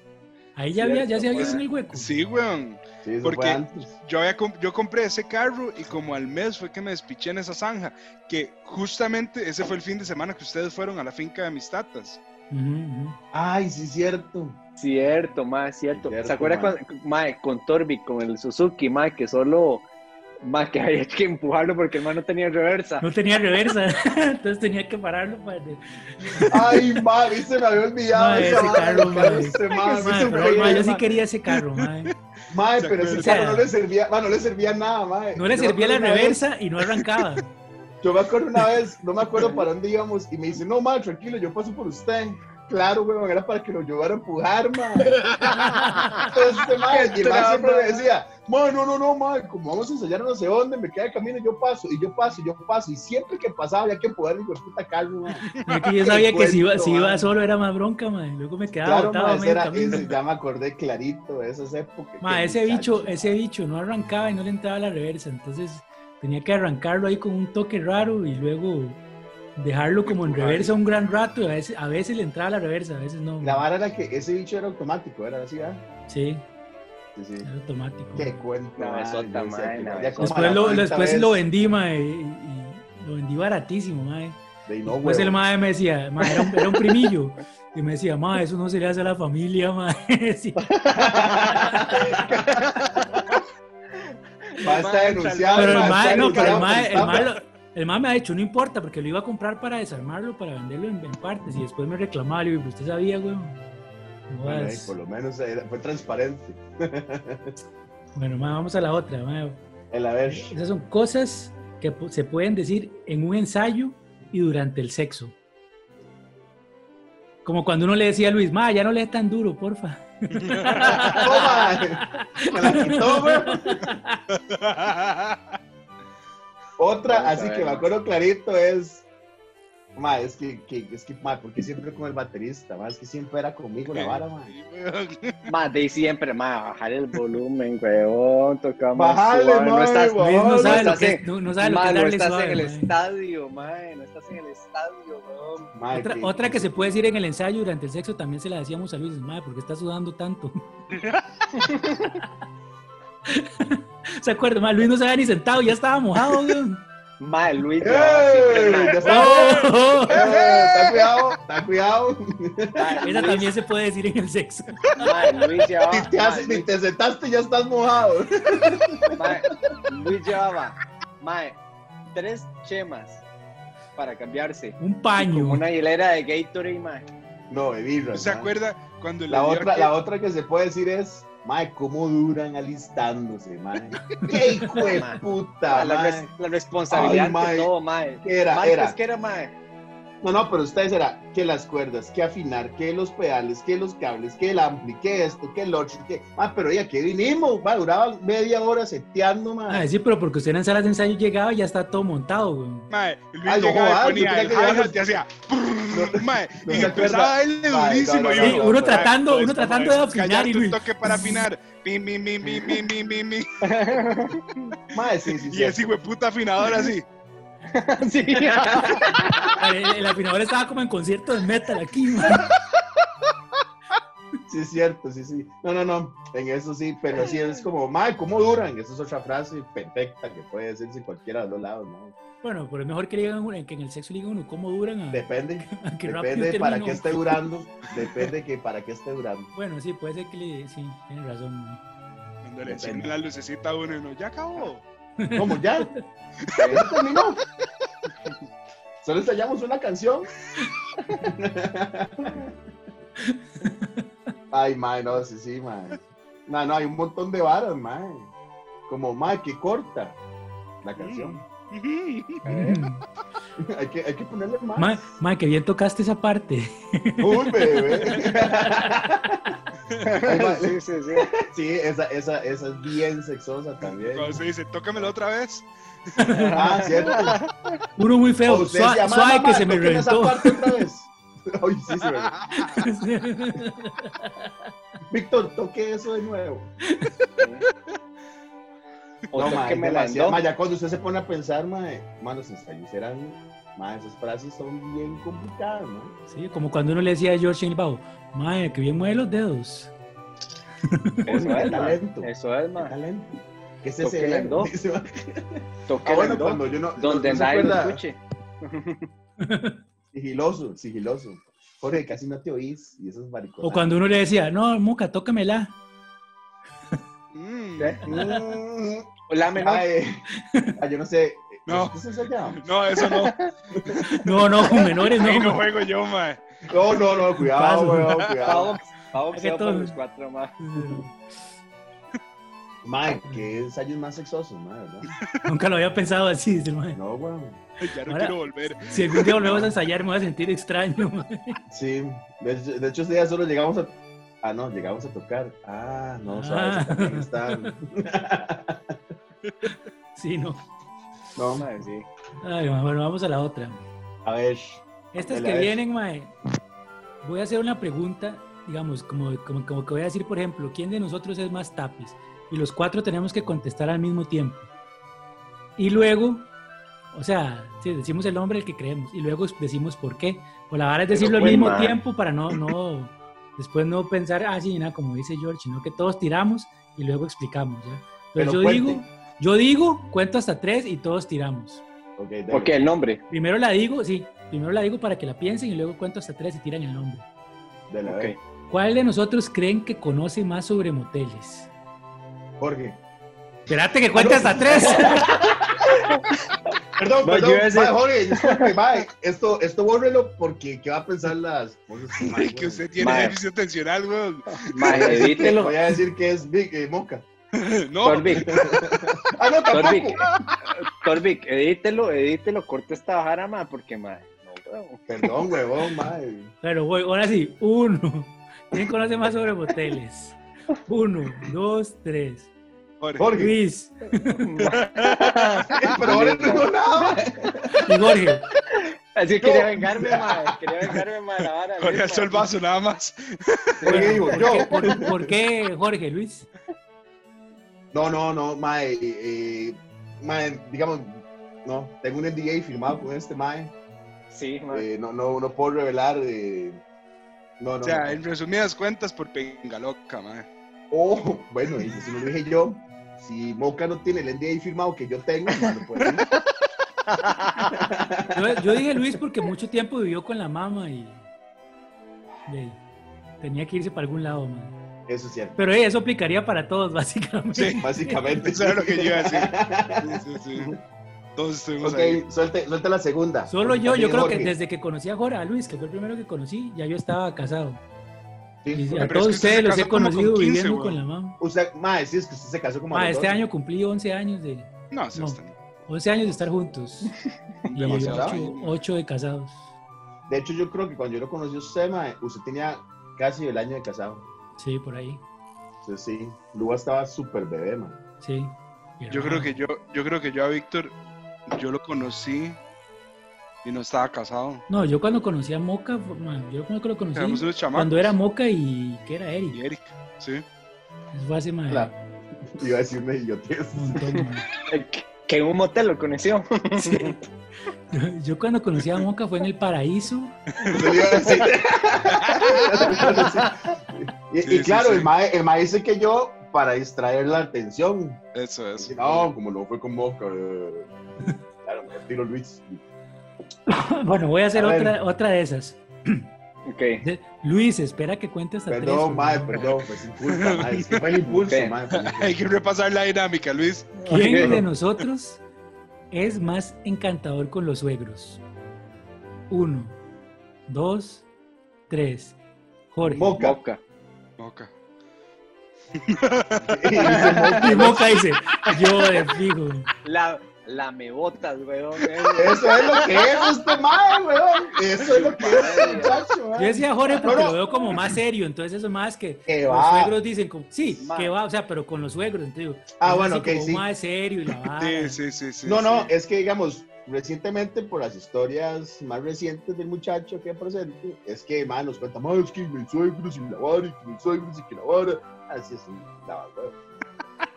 [SPEAKER 2] Ahí ya había, ya se había
[SPEAKER 5] Cierto,
[SPEAKER 2] ido en el hueco.
[SPEAKER 4] Sí, weón.
[SPEAKER 6] Sí, eso
[SPEAKER 4] porque-
[SPEAKER 6] fue antes.
[SPEAKER 4] yo, había comp- yo compré ese carro y como al mes fue que me despiché en esa zanja, que justamente ese fue el fin de semana que ustedes fueron a la finca de mis tatas.
[SPEAKER 2] Ujú, ujú.
[SPEAKER 6] Ay, sí, cierto.
[SPEAKER 5] mae. Cierto, más cierto.
[SPEAKER 6] Cierto,
[SPEAKER 5] ¿Se acuerda
[SPEAKER 6] mae.
[SPEAKER 5] con, mae, con Torbi, con el Suzuki, mae, que solo, mae, que había que empujarlo porque el mae no tenía reversa?
[SPEAKER 2] No tenía reversa, entonces tenía que pararlo para...
[SPEAKER 6] Ay, mami, se me había olvidado
[SPEAKER 2] Mae,
[SPEAKER 6] esa
[SPEAKER 2] ese
[SPEAKER 6] vara,
[SPEAKER 2] carro,
[SPEAKER 6] el carro
[SPEAKER 2] mae.
[SPEAKER 6] este,
[SPEAKER 2] Mae,
[SPEAKER 6] mae, me
[SPEAKER 2] pero,
[SPEAKER 6] superé,
[SPEAKER 2] mae, yo sí
[SPEAKER 6] mae.
[SPEAKER 2] quería ese carro, mae.
[SPEAKER 6] Mae,
[SPEAKER 4] ¿Se
[SPEAKER 6] pero ese
[SPEAKER 4] acuerda?
[SPEAKER 6] carro no le servía, mae, no le servía nada, mae.
[SPEAKER 2] No le
[SPEAKER 6] Yo me
[SPEAKER 2] servía la
[SPEAKER 6] acuerdo una vez-
[SPEAKER 2] reversa y no arrancaba.
[SPEAKER 6] yo me acuerdo una vez, no me acuerdo para dónde íbamos, y me dice, no, mae, tranquilo, yo paso por usted. Claro, weón, era para que lo llevara a empujar, mae. Entonces, este mae, y el mae siempre me decía, mae, no, no, no, mae, como vamos a ensayar no sé dónde, me queda el camino, yo paso, y yo paso, y yo paso, y siempre que pasaba había que empujar el hijo de puta carro, mae.
[SPEAKER 2] Yo que yo sabía que si iba, si
[SPEAKER 6] Cuento,
[SPEAKER 2] iba
[SPEAKER 6] mae.
[SPEAKER 2] solo era más bronca, mae. Luego me quedaba
[SPEAKER 6] Claro,
[SPEAKER 2] botado
[SPEAKER 6] mae,
[SPEAKER 2] a
[SPEAKER 6] ese
[SPEAKER 2] medio
[SPEAKER 6] era-
[SPEAKER 2] camino.
[SPEAKER 6] ese- ya me acordé clarito de esas épocas.
[SPEAKER 2] Ma,
[SPEAKER 6] Qué
[SPEAKER 2] ese bicho,
[SPEAKER 6] muchacho.
[SPEAKER 2] ese bicho no arrancaba y no le entraba la reversa, entonces tenía que arrancarlo ahí con un toque raro y luego dejarlo como en reversa un gran rato y a veces, a veces le entraba la reversa, a veces no.
[SPEAKER 6] La vara era que ese bicho era automático, era así, ¿ah?
[SPEAKER 2] Sí,
[SPEAKER 6] Sí, sí.
[SPEAKER 2] era automático.
[SPEAKER 6] Qué cuento.
[SPEAKER 5] No,
[SPEAKER 6] mae, yo
[SPEAKER 5] eso está
[SPEAKER 6] decía
[SPEAKER 5] mal,
[SPEAKER 6] que
[SPEAKER 5] no,
[SPEAKER 6] valía
[SPEAKER 5] eso
[SPEAKER 6] como
[SPEAKER 2] Después,
[SPEAKER 6] la
[SPEAKER 2] lo,
[SPEAKER 6] cuarta
[SPEAKER 2] después
[SPEAKER 6] vez.
[SPEAKER 2] lo vendí, mae, y, y lo vendí baratísimo, mae.
[SPEAKER 6] De ahí no,
[SPEAKER 2] Después
[SPEAKER 6] huevo.
[SPEAKER 2] el mae me decía, mae, era un, era un primillo, y me decía, mae, eso no se le hace a la familia, mae. Sí.
[SPEAKER 6] Va a estar denunciado.
[SPEAKER 2] Pero
[SPEAKER 6] va a
[SPEAKER 2] el mae, no, pero
[SPEAKER 6] estar
[SPEAKER 2] el
[SPEAKER 6] denunciado
[SPEAKER 2] mae,
[SPEAKER 6] por
[SPEAKER 2] el mae
[SPEAKER 6] estafa.
[SPEAKER 2] lo- el mae me ha dicho, no importa, porque lo iba a comprar para desarmarlo, para venderlo en, en partes, y después me reclamaba, le digo, usted sabía, güey.
[SPEAKER 6] Bueno, ahí
[SPEAKER 2] Guas.
[SPEAKER 6] por lo menos era- fue transparente.
[SPEAKER 2] Bueno, ma, vamos a la otra. ma.
[SPEAKER 6] El haber.
[SPEAKER 2] Esas son cosas que pu- se pueden decir en un ensayo y durante el sexo. Como cuando uno le decía a Luis, ma, ya no le des tan duro, porfa.
[SPEAKER 6] ¡Toma! Me la quitó, güey. Otra,
[SPEAKER 5] Vamos a
[SPEAKER 6] así
[SPEAKER 5] ver,
[SPEAKER 6] que me
[SPEAKER 5] ma.
[SPEAKER 6] acuerdo clarito es. Ma, es que, que- es que, ma, ¿por qué siempre con el baterista? Ma, es que siempre era conmigo la vara, ma.
[SPEAKER 5] Más de siempre, más bajar el volumen, weón, tocamos.
[SPEAKER 6] Bájale,
[SPEAKER 5] no
[SPEAKER 6] mae,
[SPEAKER 5] estás,
[SPEAKER 6] weón.
[SPEAKER 2] Luis no
[SPEAKER 6] no
[SPEAKER 2] sabe lo
[SPEAKER 5] estás
[SPEAKER 2] que es,
[SPEAKER 5] en-
[SPEAKER 2] no, no sabe lo que
[SPEAKER 5] mae,
[SPEAKER 2] es
[SPEAKER 5] no
[SPEAKER 2] darle
[SPEAKER 5] estás
[SPEAKER 2] suave,
[SPEAKER 5] en
[SPEAKER 2] mae.
[SPEAKER 5] el estadio, mae, no estás en el estadio, weón.
[SPEAKER 6] Ma,
[SPEAKER 2] Otra, otra que se puede decir en el ensayo y durante el sexo también se la decíamos a Luis, madre, ¿por qué está sudando tanto? ¿Se acuerdan? Mae, Luis no se había ni sentado, ya estaba mojado. weón.
[SPEAKER 5] Mae, Luis,
[SPEAKER 6] ¡Ey!
[SPEAKER 5] weón, siempre, mae.
[SPEAKER 6] Ya está.
[SPEAKER 2] ¡Oh!
[SPEAKER 6] Está cuidado, está cuidado.
[SPEAKER 5] Mae,
[SPEAKER 2] Esa
[SPEAKER 5] Luis,
[SPEAKER 2] también se puede decir en el sexo.
[SPEAKER 5] mae, Luis llevaba-
[SPEAKER 6] Ni te, haces-
[SPEAKER 5] mae,
[SPEAKER 6] ni te sentaste y ya estás mojado.
[SPEAKER 5] Mae, Luis llevaba, mae, tres chemas para cambiarse.
[SPEAKER 2] Un
[SPEAKER 5] Como
[SPEAKER 2] paño.
[SPEAKER 5] una hilera de Gatorade, mae.
[SPEAKER 6] No, de birras,
[SPEAKER 4] ¿Se
[SPEAKER 6] ma.
[SPEAKER 4] acuerda cuando le
[SPEAKER 6] La
[SPEAKER 4] dio
[SPEAKER 6] otra,
[SPEAKER 4] aquel-
[SPEAKER 6] la otra que se puede decir es, mae, ¿cómo duran alistándose, mae? ¡Qué hijo de puta,
[SPEAKER 5] Mae, la,
[SPEAKER 6] Ah, mae!
[SPEAKER 5] res- la
[SPEAKER 6] Ay,
[SPEAKER 5] responsabilidad de
[SPEAKER 6] mae.
[SPEAKER 5] todo, mae.
[SPEAKER 6] ¿Qué era?
[SPEAKER 5] Mae,
[SPEAKER 6] Era.
[SPEAKER 5] pues, ¿qué era, mae?
[SPEAKER 6] No, no, pero ustedes era que las cuerdas, que afinar, que los pedales, que los cables, que el ampli, que esto, que el otro, que... Ah, pero ya, ¿qué vinimos? Ma, duraba media hora seteando, mae.
[SPEAKER 2] Ah, sí, pero porque usted en salas de ensayo llegaba y ya está todo montado, weón.
[SPEAKER 4] Mae, Luis
[SPEAKER 6] Ay, no
[SPEAKER 4] llegaba y
[SPEAKER 6] jodas, yo
[SPEAKER 4] ponía
[SPEAKER 6] pensaba
[SPEAKER 4] el
[SPEAKER 6] que llegaba-
[SPEAKER 4] hi-hat y hacía. prrr, mae,
[SPEAKER 6] no
[SPEAKER 4] y
[SPEAKER 6] se
[SPEAKER 4] empezaba a darle
[SPEAKER 6] Mae,
[SPEAKER 4] durísimo.
[SPEAKER 6] no,
[SPEAKER 4] y
[SPEAKER 6] no,
[SPEAKER 2] Sí,
[SPEAKER 6] no,
[SPEAKER 2] uno
[SPEAKER 6] no,
[SPEAKER 2] tratando,
[SPEAKER 4] Mae,
[SPEAKER 2] uno
[SPEAKER 4] pues,
[SPEAKER 2] tratando de
[SPEAKER 4] mae,
[SPEAKER 2] afinar y
[SPEAKER 4] callarte un
[SPEAKER 2] Luis.
[SPEAKER 4] toque para afinar. Mi, mi, mi, mi, mi, mi, mi, mi.
[SPEAKER 6] Mae, sí, sí,
[SPEAKER 4] Y
[SPEAKER 6] sí.
[SPEAKER 4] ese puta afinador así.
[SPEAKER 5] Sí.
[SPEAKER 2] El, el afinador estaba como en concierto de metal aquí, mae.
[SPEAKER 6] Sí, es cierto, sí, sí. No, no, no, en eso sí, pero sí es como, mae, ¿cómo duran? Esa es otra frase perfecta que puede decirse en cualquiera de los lados, ¿no?
[SPEAKER 2] Bueno, pero es mejor que, le digan uno- que en el sexo le digan uno cómo duran a,
[SPEAKER 6] Depende,
[SPEAKER 2] a que rápido
[SPEAKER 6] depende para
[SPEAKER 2] terminó.
[SPEAKER 6] qué esté durando, depende que para qué esté durando.
[SPEAKER 2] Bueno, sí, puede ser que le... Sí, tiene razón. mae.
[SPEAKER 4] Cuando le enciende la lucecita a uno y no, ya acabó.
[SPEAKER 6] ¿Cómo ya? ¿Ya terminó? Solo ensayamos una canción. Ay, mae, no, sí, sí, mae. No, no, hay un montón de varas, mae. Como, mae, que corta la canción. A ver, hay, que, hay que ponerle más.
[SPEAKER 2] Mm. Mae, mae, que bien tocaste esa parte.
[SPEAKER 6] Uy, bebé. Ay, mae,
[SPEAKER 5] sí, sí, sí.
[SPEAKER 6] Sí, esa, esa, esa es bien sexosa también.
[SPEAKER 4] Cuando se dice, tócamelo otra vez.
[SPEAKER 6] Ah, cierto.
[SPEAKER 2] Uno muy feo,
[SPEAKER 6] O usted
[SPEAKER 2] sua-
[SPEAKER 6] decía, "Mamá,
[SPEAKER 2] suave que
[SPEAKER 6] mamá,
[SPEAKER 2] se me
[SPEAKER 6] toquen esa
[SPEAKER 2] reventó.
[SPEAKER 6] parte otra vez. Ay, sí, se me- Víctor, toque eso de nuevo.
[SPEAKER 5] O
[SPEAKER 6] no, mae,
[SPEAKER 5] que me
[SPEAKER 6] demasiado.
[SPEAKER 5] lanzó.
[SPEAKER 6] Mae, ya cuando usted se pone a pensar, mae, mae, los ensayos eran, mae, esas frases son bien complicadas, ¿no?
[SPEAKER 2] Sí, como cuando uno le decía a George en el bajo, mae, que bien mueve los dedos.
[SPEAKER 5] Eso
[SPEAKER 6] Qué
[SPEAKER 5] es,
[SPEAKER 6] talento.
[SPEAKER 5] ma. Eso es,
[SPEAKER 6] Qué
[SPEAKER 5] ma.
[SPEAKER 6] talento. ¿Qué es
[SPEAKER 5] Toque
[SPEAKER 6] ese
[SPEAKER 5] la
[SPEAKER 6] dedo?
[SPEAKER 5] dos.
[SPEAKER 6] Dice, mae.
[SPEAKER 5] Toque
[SPEAKER 6] Ah, bueno,
[SPEAKER 5] el don,
[SPEAKER 6] cuando yo no.
[SPEAKER 5] donde
[SPEAKER 6] no se
[SPEAKER 5] nadie lo
[SPEAKER 6] acuerda.
[SPEAKER 5] escuche.
[SPEAKER 6] Sigiloso, sigiloso. Jorge, casi no te oís. Y esas mariconas.
[SPEAKER 2] O cuando uno le decía, no, Muca, tócamela.
[SPEAKER 4] Mm.
[SPEAKER 6] Mm,
[SPEAKER 5] La ¿Eh? menor.
[SPEAKER 6] ay, ay, yo no sé.
[SPEAKER 4] No.
[SPEAKER 6] ¿Ustedes ensayaban?
[SPEAKER 4] No, eso no.
[SPEAKER 2] No, no, con menores
[SPEAKER 4] Ahí no
[SPEAKER 2] no. mae.
[SPEAKER 4] juego yo, mae.
[SPEAKER 6] No, no, no, cuidado,
[SPEAKER 2] Paso.
[SPEAKER 6] weón, cuidado.
[SPEAKER 5] Pavo, pavo
[SPEAKER 2] Es que
[SPEAKER 5] boxeo por
[SPEAKER 2] todo-
[SPEAKER 5] los cuatro, ma.
[SPEAKER 6] Mae, qué ensayos más sexosos, mae, ¿verdad?
[SPEAKER 2] Nunca lo había pensado así, dice el mae.
[SPEAKER 6] No, weón.
[SPEAKER 4] Ya no
[SPEAKER 2] Ahora-
[SPEAKER 4] quiero volver.
[SPEAKER 2] Si algún día volvemos a ensayar, me voy a sentir extraño. mae.
[SPEAKER 6] Sí, de hecho, de hecho, ese día solo llegamos a. Ah, no, llegamos a tocar. Ah, no, sabes,
[SPEAKER 2] Ah.
[SPEAKER 6] también están.
[SPEAKER 2] Sí, no.
[SPEAKER 6] No, mae,
[SPEAKER 5] Ma, sí.
[SPEAKER 2] Ay, mae, bueno, vamos a la otra.
[SPEAKER 6] a ver.
[SPEAKER 2] Estas
[SPEAKER 6] Dale,
[SPEAKER 2] que
[SPEAKER 6] a ver.
[SPEAKER 2] vienen, mae, voy a hacer una pregunta, digamos, como, como, como que voy a decir, por ejemplo, ¿quién de nosotros es más tapis? Y los cuatro tenemos que contestar al mismo tiempo. Y luego, o sea, sí, decimos el nombre del que creemos y luego decimos por qué. O la vara es decirlo al
[SPEAKER 5] bueno,
[SPEAKER 2] mismo
[SPEAKER 5] mae.
[SPEAKER 2] tiempo para no, no, después no pensar, ah, sí, nada, como dice George, sino que todos tiramos y luego explicamos, ¿ya?
[SPEAKER 6] Pero
[SPEAKER 2] Entonces yo
[SPEAKER 6] cuente.
[SPEAKER 2] digo, yo digo, cuento hasta tres y todos tiramos.
[SPEAKER 6] Ok, dale.
[SPEAKER 5] Ok, el nombre.
[SPEAKER 2] Primero la digo, sí, primero la digo para que la piensen y luego cuento hasta tres y tiran el nombre.
[SPEAKER 6] dale, a ver.
[SPEAKER 5] Ok.
[SPEAKER 2] ¿Cuál de nosotros creen que conoce más sobre moteles?
[SPEAKER 6] Jorge.
[SPEAKER 2] Espérate que cuente hasta tres.
[SPEAKER 6] Perdón,
[SPEAKER 5] Ma,
[SPEAKER 6] perdón,
[SPEAKER 5] yo iba a decir-
[SPEAKER 6] ma, Jorge, disculpe, ma, esto, esto bórrelo porque ¿qué va a pensar las cosas que, ma,
[SPEAKER 4] Ay, que
[SPEAKER 6] güey?
[SPEAKER 4] usted tiene
[SPEAKER 5] Mae.
[SPEAKER 4] déficit atencional, weón.
[SPEAKER 5] Mae, evítelo.
[SPEAKER 6] Voy a decir que es Big, eh, Moca.
[SPEAKER 4] No,
[SPEAKER 5] Torbic,
[SPEAKER 6] Ah, no,
[SPEAKER 5] Torbic,
[SPEAKER 6] tampoco.
[SPEAKER 5] Torbic, edítelo, edítelo, corta esta vara, ma, porque, ma, no, weón.
[SPEAKER 6] Perdón, huevón, madre.
[SPEAKER 2] Bueno, voy, ahora sí, uno. ¿Quién conoce más sobre moteles? Uno, dos, tres.
[SPEAKER 4] Jorge.
[SPEAKER 6] Jorge.
[SPEAKER 2] Luis
[SPEAKER 6] Pero ahora no digo nada.
[SPEAKER 2] y Jorge.
[SPEAKER 5] Así que quería
[SPEAKER 6] No.
[SPEAKER 5] vengarme, ma, quería vengarme, ma, de la vara.
[SPEAKER 4] Jorge
[SPEAKER 5] Luis,
[SPEAKER 4] alzó
[SPEAKER 5] ma.
[SPEAKER 4] el vaso nada más.
[SPEAKER 6] Jorge digo, yo.
[SPEAKER 2] ¿Por, por- por qué Jorge, Luis?
[SPEAKER 6] No, no, no, mae. eh, mae, digamos, no, tengo un NDA firmado con este mae.
[SPEAKER 5] Sí, ma.
[SPEAKER 6] Eh, no, no, no puedo revelar. eh, no, no.
[SPEAKER 4] O sea, en
[SPEAKER 6] no.
[SPEAKER 4] resumidas cuentas, por pengaloca, mae.
[SPEAKER 6] Oh, bueno, y si no lo dije yo, si Moca no tiene el NDA firmado que yo tengo, mae, no puede ir.
[SPEAKER 2] Yo, yo dije Luis porque mucho tiempo vivió con la mamá y de- tenía que irse para algún lado, man.
[SPEAKER 6] Eso es cierto.
[SPEAKER 2] Pero eh, eso aplicaría para todos, básicamente.
[SPEAKER 4] Sí,
[SPEAKER 6] Básicamente.
[SPEAKER 4] eso era lo que yo iba a decir. Sí, sí, sí. Todos estuvimos ahí.
[SPEAKER 6] Ok, suelte, suelte la segunda.
[SPEAKER 2] Solo yo, yo
[SPEAKER 6] También
[SPEAKER 2] creo que
[SPEAKER 6] Jorge.
[SPEAKER 2] desde que conocí a Jorge, a Luis, que fue el primero que conocí, ya yo estaba casado.
[SPEAKER 6] Sí,
[SPEAKER 2] Y a
[SPEAKER 6] correcto.
[SPEAKER 4] Pero
[SPEAKER 2] todos
[SPEAKER 4] es que usted
[SPEAKER 2] ustedes
[SPEAKER 4] se
[SPEAKER 2] los he
[SPEAKER 4] casó como con
[SPEAKER 2] conocido
[SPEAKER 4] 15,
[SPEAKER 2] viviendo
[SPEAKER 4] weón.
[SPEAKER 2] con la mamá.
[SPEAKER 6] Usted, mae, sí, es que usted se casó como a
[SPEAKER 2] Ma,
[SPEAKER 6] los
[SPEAKER 2] este
[SPEAKER 6] dos.
[SPEAKER 2] año cumplí 11 años de,
[SPEAKER 4] No, o sea,
[SPEAKER 2] No.
[SPEAKER 4] hasta-
[SPEAKER 2] 11 años de estar juntos. Y
[SPEAKER 6] Demasiado.
[SPEAKER 2] 8, de casados.
[SPEAKER 6] De hecho, yo creo que cuando yo lo conocí a usted, mae, usted tenía casi el año de casado.
[SPEAKER 2] Sí, por ahí.
[SPEAKER 6] Entonces, sí, Luba estaba súper bebé, mae.
[SPEAKER 2] Sí.
[SPEAKER 4] yo creo que yo, yo creo que yo a Víctor, yo lo conocí y no estaba casado.
[SPEAKER 2] No, yo cuando conocí a Moca, fue- ma, yo cuando lo conocí,
[SPEAKER 4] Éramos unos chamacos.
[SPEAKER 2] cuando era Moca y que era
[SPEAKER 4] Y
[SPEAKER 2] Eric.
[SPEAKER 4] Eric, sí.
[SPEAKER 2] Eso fue hace más
[SPEAKER 6] Claro. Iba a decir una idiotez.
[SPEAKER 2] un montón. ma.
[SPEAKER 5] Que- Que en un motel lo conoció.
[SPEAKER 2] Sí. Yo, yo cuando conocí a Moca fue en el paraíso.
[SPEAKER 6] Yo iba a decir- y,
[SPEAKER 4] Sí,
[SPEAKER 6] y
[SPEAKER 4] sí,
[SPEAKER 6] claro,
[SPEAKER 4] sí.
[SPEAKER 6] el mae, el mae dice que yo para distraer la atención.
[SPEAKER 4] Eso, eso.
[SPEAKER 6] No, como lo fue con Moca. eh, Claro, me tiro Luis.
[SPEAKER 2] Bueno, voy a hacer
[SPEAKER 6] A ver.
[SPEAKER 2] otra, otra de esas.
[SPEAKER 5] Ok.
[SPEAKER 2] De- Luis, espera que cuente hasta tres.
[SPEAKER 6] Perdón, mae,
[SPEAKER 2] weón.
[SPEAKER 6] perdón, pues impulsa, mae. Es que fue el impulso,
[SPEAKER 5] Ok.
[SPEAKER 6] mae. fue el impulso.
[SPEAKER 4] Hay que repasar la dinámica, Luis.
[SPEAKER 2] ¿Quién
[SPEAKER 5] Ok.
[SPEAKER 2] de nosotros es más encantador con los suegros? Uno, dos, tres. Jorge.
[SPEAKER 6] Moca.
[SPEAKER 5] Moca.
[SPEAKER 4] Moca.
[SPEAKER 6] Y dice Moca,
[SPEAKER 2] Y Moca dice, yo de fijo.
[SPEAKER 5] La, la me botas, weón.
[SPEAKER 6] Eso es lo que es este mae, weón. Eso es lo que es este muchacho,
[SPEAKER 2] Yo
[SPEAKER 6] mae.
[SPEAKER 2] decía Jorge porque
[SPEAKER 6] No, no.
[SPEAKER 2] lo veo como más serio, entonces eso más que
[SPEAKER 6] Que
[SPEAKER 2] los
[SPEAKER 6] va.
[SPEAKER 2] suegros dicen, como, sí,
[SPEAKER 5] Ma.
[SPEAKER 2] que va, o sea, pero con los suegros, entonces digo,
[SPEAKER 6] Ah,
[SPEAKER 2] es
[SPEAKER 6] bueno,
[SPEAKER 2] así
[SPEAKER 6] ok,
[SPEAKER 2] como
[SPEAKER 6] sí.
[SPEAKER 2] más serio y la vara.
[SPEAKER 4] Sí, sí, sí, sí.
[SPEAKER 6] No, eh. no,
[SPEAKER 4] sí.
[SPEAKER 6] es que digamos, recientemente por las historias más recientes del muchacho que presente, es que mae nos cuenta, mae, es que mi suegro sin lavar y que mi suegro sin que lavar. Así es, lavar, weón.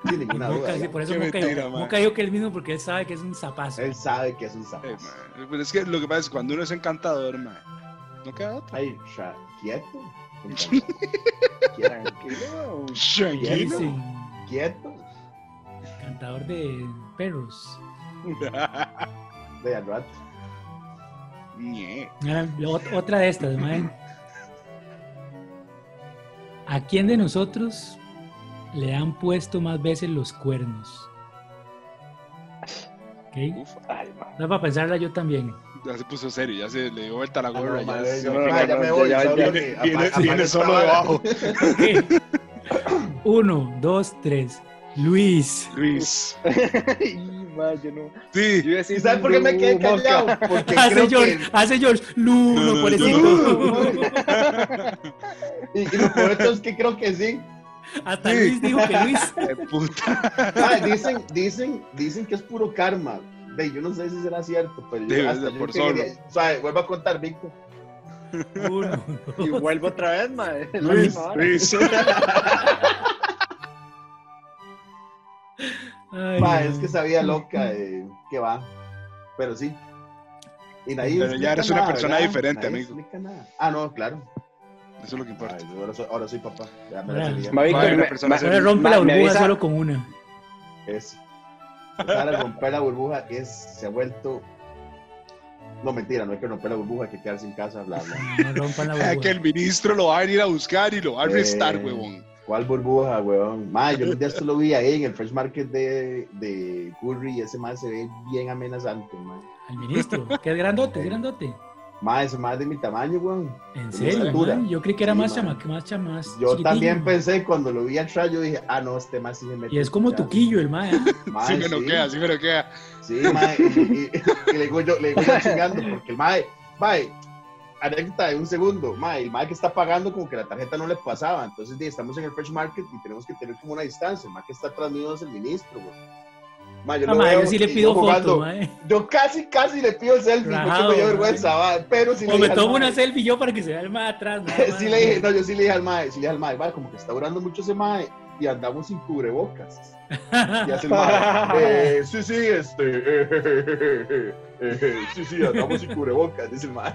[SPEAKER 6] Sin
[SPEAKER 2] Y
[SPEAKER 6] ninguna
[SPEAKER 2] Moca,
[SPEAKER 6] duda.
[SPEAKER 2] sí,
[SPEAKER 6] digamos.
[SPEAKER 2] por eso
[SPEAKER 4] Qué
[SPEAKER 2] Moca,
[SPEAKER 4] mentira,
[SPEAKER 2] dijo,
[SPEAKER 4] ma.
[SPEAKER 2] Moca dijo que él mismo porque él sabe que es un zapazo.
[SPEAKER 6] Él sabe que es un zapazo.
[SPEAKER 4] Eh, mae, pero es que lo que pasa es que cuando uno es encantador, mae, no queda otra.
[SPEAKER 6] Ay, cha, quieto. Entonces, quieto,
[SPEAKER 5] Tranquilo.
[SPEAKER 2] Y
[SPEAKER 4] Tranquilo.
[SPEAKER 2] dice,
[SPEAKER 6] quieto.
[SPEAKER 2] cantador de perros.
[SPEAKER 6] De al rato.
[SPEAKER 4] Ñe.
[SPEAKER 2] Ahora, lo- Otra de estas, mae. ¿A quién de nosotros le han puesto más veces los cuernos? ¿Ok?
[SPEAKER 4] Uf,
[SPEAKER 5] Ay, ma.
[SPEAKER 2] Da para pensarla yo también.
[SPEAKER 4] ya se puso serio, ya se le dio vuelta la
[SPEAKER 6] Ah, no,
[SPEAKER 4] gorra. ya
[SPEAKER 6] madre,
[SPEAKER 4] se-
[SPEAKER 6] yo-
[SPEAKER 5] no,
[SPEAKER 6] ah, ya
[SPEAKER 5] no,
[SPEAKER 6] me
[SPEAKER 5] ya-
[SPEAKER 6] voy.
[SPEAKER 5] ya-
[SPEAKER 6] solo
[SPEAKER 5] ya-
[SPEAKER 6] que
[SPEAKER 4] Viene,
[SPEAKER 6] apa-
[SPEAKER 4] viene
[SPEAKER 6] apaga
[SPEAKER 4] solo
[SPEAKER 6] esta vara.
[SPEAKER 4] debajo.
[SPEAKER 2] Ok. Uno, dos, tres. Luis.
[SPEAKER 4] Luis.
[SPEAKER 5] Ay, ma, yo no.
[SPEAKER 4] Sí.
[SPEAKER 5] Yo iba a decir,
[SPEAKER 6] ¿Y sabes por qué me quedé
[SPEAKER 5] no, Moca.
[SPEAKER 6] callado? Porque
[SPEAKER 2] Hace
[SPEAKER 6] creo
[SPEAKER 2] George,
[SPEAKER 6] que...
[SPEAKER 2] hace George. Lu,
[SPEAKER 4] No,
[SPEAKER 2] no,
[SPEAKER 4] no,
[SPEAKER 2] por
[SPEAKER 4] yo
[SPEAKER 2] ese
[SPEAKER 6] no.
[SPEAKER 2] Lu.
[SPEAKER 6] Y, y lo peor de todo es que creo que sí.
[SPEAKER 2] Hasta
[SPEAKER 4] Sí.
[SPEAKER 2] Luis dijo que Luis.
[SPEAKER 4] Eh, Puta.
[SPEAKER 6] Ah, dicen, dicen, dicen que es puro karma. Ve, yo no sé si será cierto, pero yo
[SPEAKER 4] Debe
[SPEAKER 6] hasta
[SPEAKER 4] ser
[SPEAKER 6] yo
[SPEAKER 4] por
[SPEAKER 6] quería-
[SPEAKER 4] solo.
[SPEAKER 6] O sea, vuelvo a contar, Víctor.
[SPEAKER 2] Uno,
[SPEAKER 5] Y vuelvo otra vez, ma. la
[SPEAKER 4] Luis.
[SPEAKER 5] misma vara.
[SPEAKER 4] Luis.
[SPEAKER 2] Ay, no.
[SPEAKER 6] Ma, es que sabía loca eh, que va. Pero sí. Y nadie
[SPEAKER 4] Pero
[SPEAKER 6] explica
[SPEAKER 4] ya eres una
[SPEAKER 6] nada,
[SPEAKER 4] persona
[SPEAKER 6] ¿verdad?
[SPEAKER 4] diferente,
[SPEAKER 6] Nadie
[SPEAKER 4] amigo.
[SPEAKER 6] explica nada. Ah, no, claro.
[SPEAKER 4] Eso es lo que importa.
[SPEAKER 6] Ay, ahora, soy, ahora soy papá. Ya me
[SPEAKER 2] Ahora-
[SPEAKER 6] la sabía.
[SPEAKER 5] Ma, Víctor,
[SPEAKER 4] Madre, una
[SPEAKER 5] me-
[SPEAKER 4] persona
[SPEAKER 5] ma-
[SPEAKER 4] seria.
[SPEAKER 2] Ahora rompe la
[SPEAKER 5] Ma, me
[SPEAKER 2] burbuja
[SPEAKER 5] avisa-
[SPEAKER 2] solo con una.
[SPEAKER 6] Es. Para romper la burbuja es, se ha vuelto. No, mentira, no hay que romper la burbuja, hay que quedarse en casa, bla, bla.
[SPEAKER 2] No, no rompan la
[SPEAKER 4] Ah,
[SPEAKER 2] burbuja.
[SPEAKER 4] Que el ministro lo va a venir a buscar y lo va a arrestar,
[SPEAKER 6] Eh.
[SPEAKER 4] huevón.
[SPEAKER 6] ¿Cuál burbuja, weón? Mae, yo ya esto lo vi ahí en el Fresh Market de, de Curry y ese mae se ve bien amenazante, mae.
[SPEAKER 2] Al ministro, que es grandote, es grandote.
[SPEAKER 6] Mae, ese mae es de mi tamaño, weón.
[SPEAKER 2] En
[SPEAKER 6] De
[SPEAKER 2] serio,
[SPEAKER 6] estatura.
[SPEAKER 2] man? yo creí que era
[SPEAKER 6] Sí,
[SPEAKER 2] más
[SPEAKER 6] man.
[SPEAKER 2] chama, que más chama, más
[SPEAKER 6] Yo
[SPEAKER 2] chiquitillo.
[SPEAKER 6] también pensé, cuando lo vi atrás, yo dije, ah, no, este mae sí se mete.
[SPEAKER 2] Y es como
[SPEAKER 6] tu
[SPEAKER 2] tuquillo el mae. ¿ah?
[SPEAKER 4] sí me noquea, sí me noquea.
[SPEAKER 6] Sí, mae. Y, y- y le digo yo, le digo yo chingando, porque el mae, mae, anécdota de un segundo, mae, el mae que está pagando como que la tarjeta no le pasaba. Entonces, di, estamos en el Fresh Market y tenemos que tener como una distancia. El mae que está atrás mío es el ministro, güey. Mae, yo
[SPEAKER 2] Ah,
[SPEAKER 6] lo
[SPEAKER 2] mae,
[SPEAKER 6] veo
[SPEAKER 2] yo sí le
[SPEAKER 6] y
[SPEAKER 2] pido
[SPEAKER 6] yo
[SPEAKER 2] foto,
[SPEAKER 6] jugando.
[SPEAKER 2] mae.
[SPEAKER 6] Yo casi, casi le pido el selfie,
[SPEAKER 2] Rajado,
[SPEAKER 6] porque me dio
[SPEAKER 2] mae.
[SPEAKER 6] vergüenza, mae, pero sí
[SPEAKER 2] O
[SPEAKER 6] le
[SPEAKER 2] me
[SPEAKER 6] dije al
[SPEAKER 2] tomo una
[SPEAKER 6] mae.
[SPEAKER 2] selfie yo para que se vea el mae atrás, nada más.
[SPEAKER 6] Sí le dije, no, yo sí le dije al mae, sí le dije al mae, mae, como que está durando mucho ese mae y andamos sin cubrebocas. Y hace el mae. eh, sí, sí, este. eh, eh, eh, eh, eh, sí, sí, andamos sin cubrebocas, dice el mae.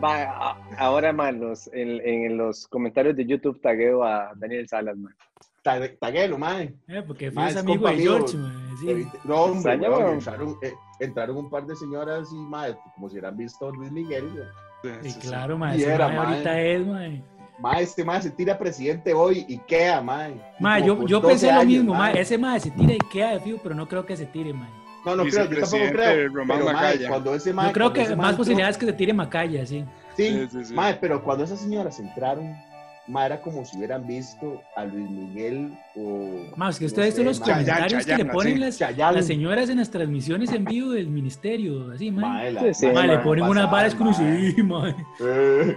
[SPEAKER 5] Mae, a- ahora, man, los, en, en los comentarios de YouTube tagueo a Daniel Salas, man.
[SPEAKER 6] Ta- Taguelo, mae.
[SPEAKER 2] Eh, porque fue
[SPEAKER 6] Mae,
[SPEAKER 2] ese
[SPEAKER 6] es
[SPEAKER 2] amigo
[SPEAKER 6] compa
[SPEAKER 2] de
[SPEAKER 6] mío.
[SPEAKER 2] George, mae. Sí.
[SPEAKER 6] Evite- No, hombre,
[SPEAKER 5] Extraña,
[SPEAKER 6] weón,
[SPEAKER 5] weón.
[SPEAKER 6] entraron, eh, entraron un par de señoras y mae, como si hubieran visto a Luis Miguel. weón.
[SPEAKER 2] Sí,
[SPEAKER 4] Sí, sí, sí.
[SPEAKER 2] claro, mae.
[SPEAKER 6] Y
[SPEAKER 2] ese
[SPEAKER 6] era,
[SPEAKER 2] mae
[SPEAKER 6] mae.
[SPEAKER 2] ahorita es, mae.
[SPEAKER 6] Mae, este mae se tira presidente hoy y queda, mae. Y
[SPEAKER 2] Mae,
[SPEAKER 6] como
[SPEAKER 2] yo,
[SPEAKER 6] por
[SPEAKER 2] yo
[SPEAKER 6] 12
[SPEAKER 2] pensé lo
[SPEAKER 6] años,
[SPEAKER 2] mismo, mae. Ese mae se tira y queda de fijo, pero no creo que se tire, mae.
[SPEAKER 6] No, no creo, yo tampoco
[SPEAKER 4] Vicepresidente
[SPEAKER 6] creo.
[SPEAKER 4] Román
[SPEAKER 6] pero, mae,
[SPEAKER 4] Macaya.
[SPEAKER 6] cuando ese mae.
[SPEAKER 2] Yo creo
[SPEAKER 6] cuando
[SPEAKER 2] que
[SPEAKER 6] ese mae
[SPEAKER 2] más
[SPEAKER 6] entró-
[SPEAKER 2] posibilidades que se tire Macaya, sí.
[SPEAKER 6] Sí,
[SPEAKER 4] Sí, sí, sí.
[SPEAKER 6] Mae, pero cuando esas señoras entraron, mae, era como si hubieran visto a Luis Miguel o.
[SPEAKER 2] Más que
[SPEAKER 6] no
[SPEAKER 2] ustedes
[SPEAKER 6] sé,
[SPEAKER 2] son los
[SPEAKER 6] mae.
[SPEAKER 4] Chayanne,
[SPEAKER 2] comentarios que le
[SPEAKER 4] Chayanne,
[SPEAKER 2] ponen
[SPEAKER 4] sí,
[SPEAKER 2] las,
[SPEAKER 6] Chayanne.
[SPEAKER 2] las señoras en las transmisiones en vivo del ministerio, así, mae.
[SPEAKER 6] Mae, la-
[SPEAKER 5] Sí, sí,
[SPEAKER 2] Mae,
[SPEAKER 6] mae,
[SPEAKER 2] le
[SPEAKER 5] mae,
[SPEAKER 2] ponen unas
[SPEAKER 6] pasada,
[SPEAKER 2] varas como
[SPEAKER 6] mae.
[SPEAKER 2] sí, mae.
[SPEAKER 6] Eh,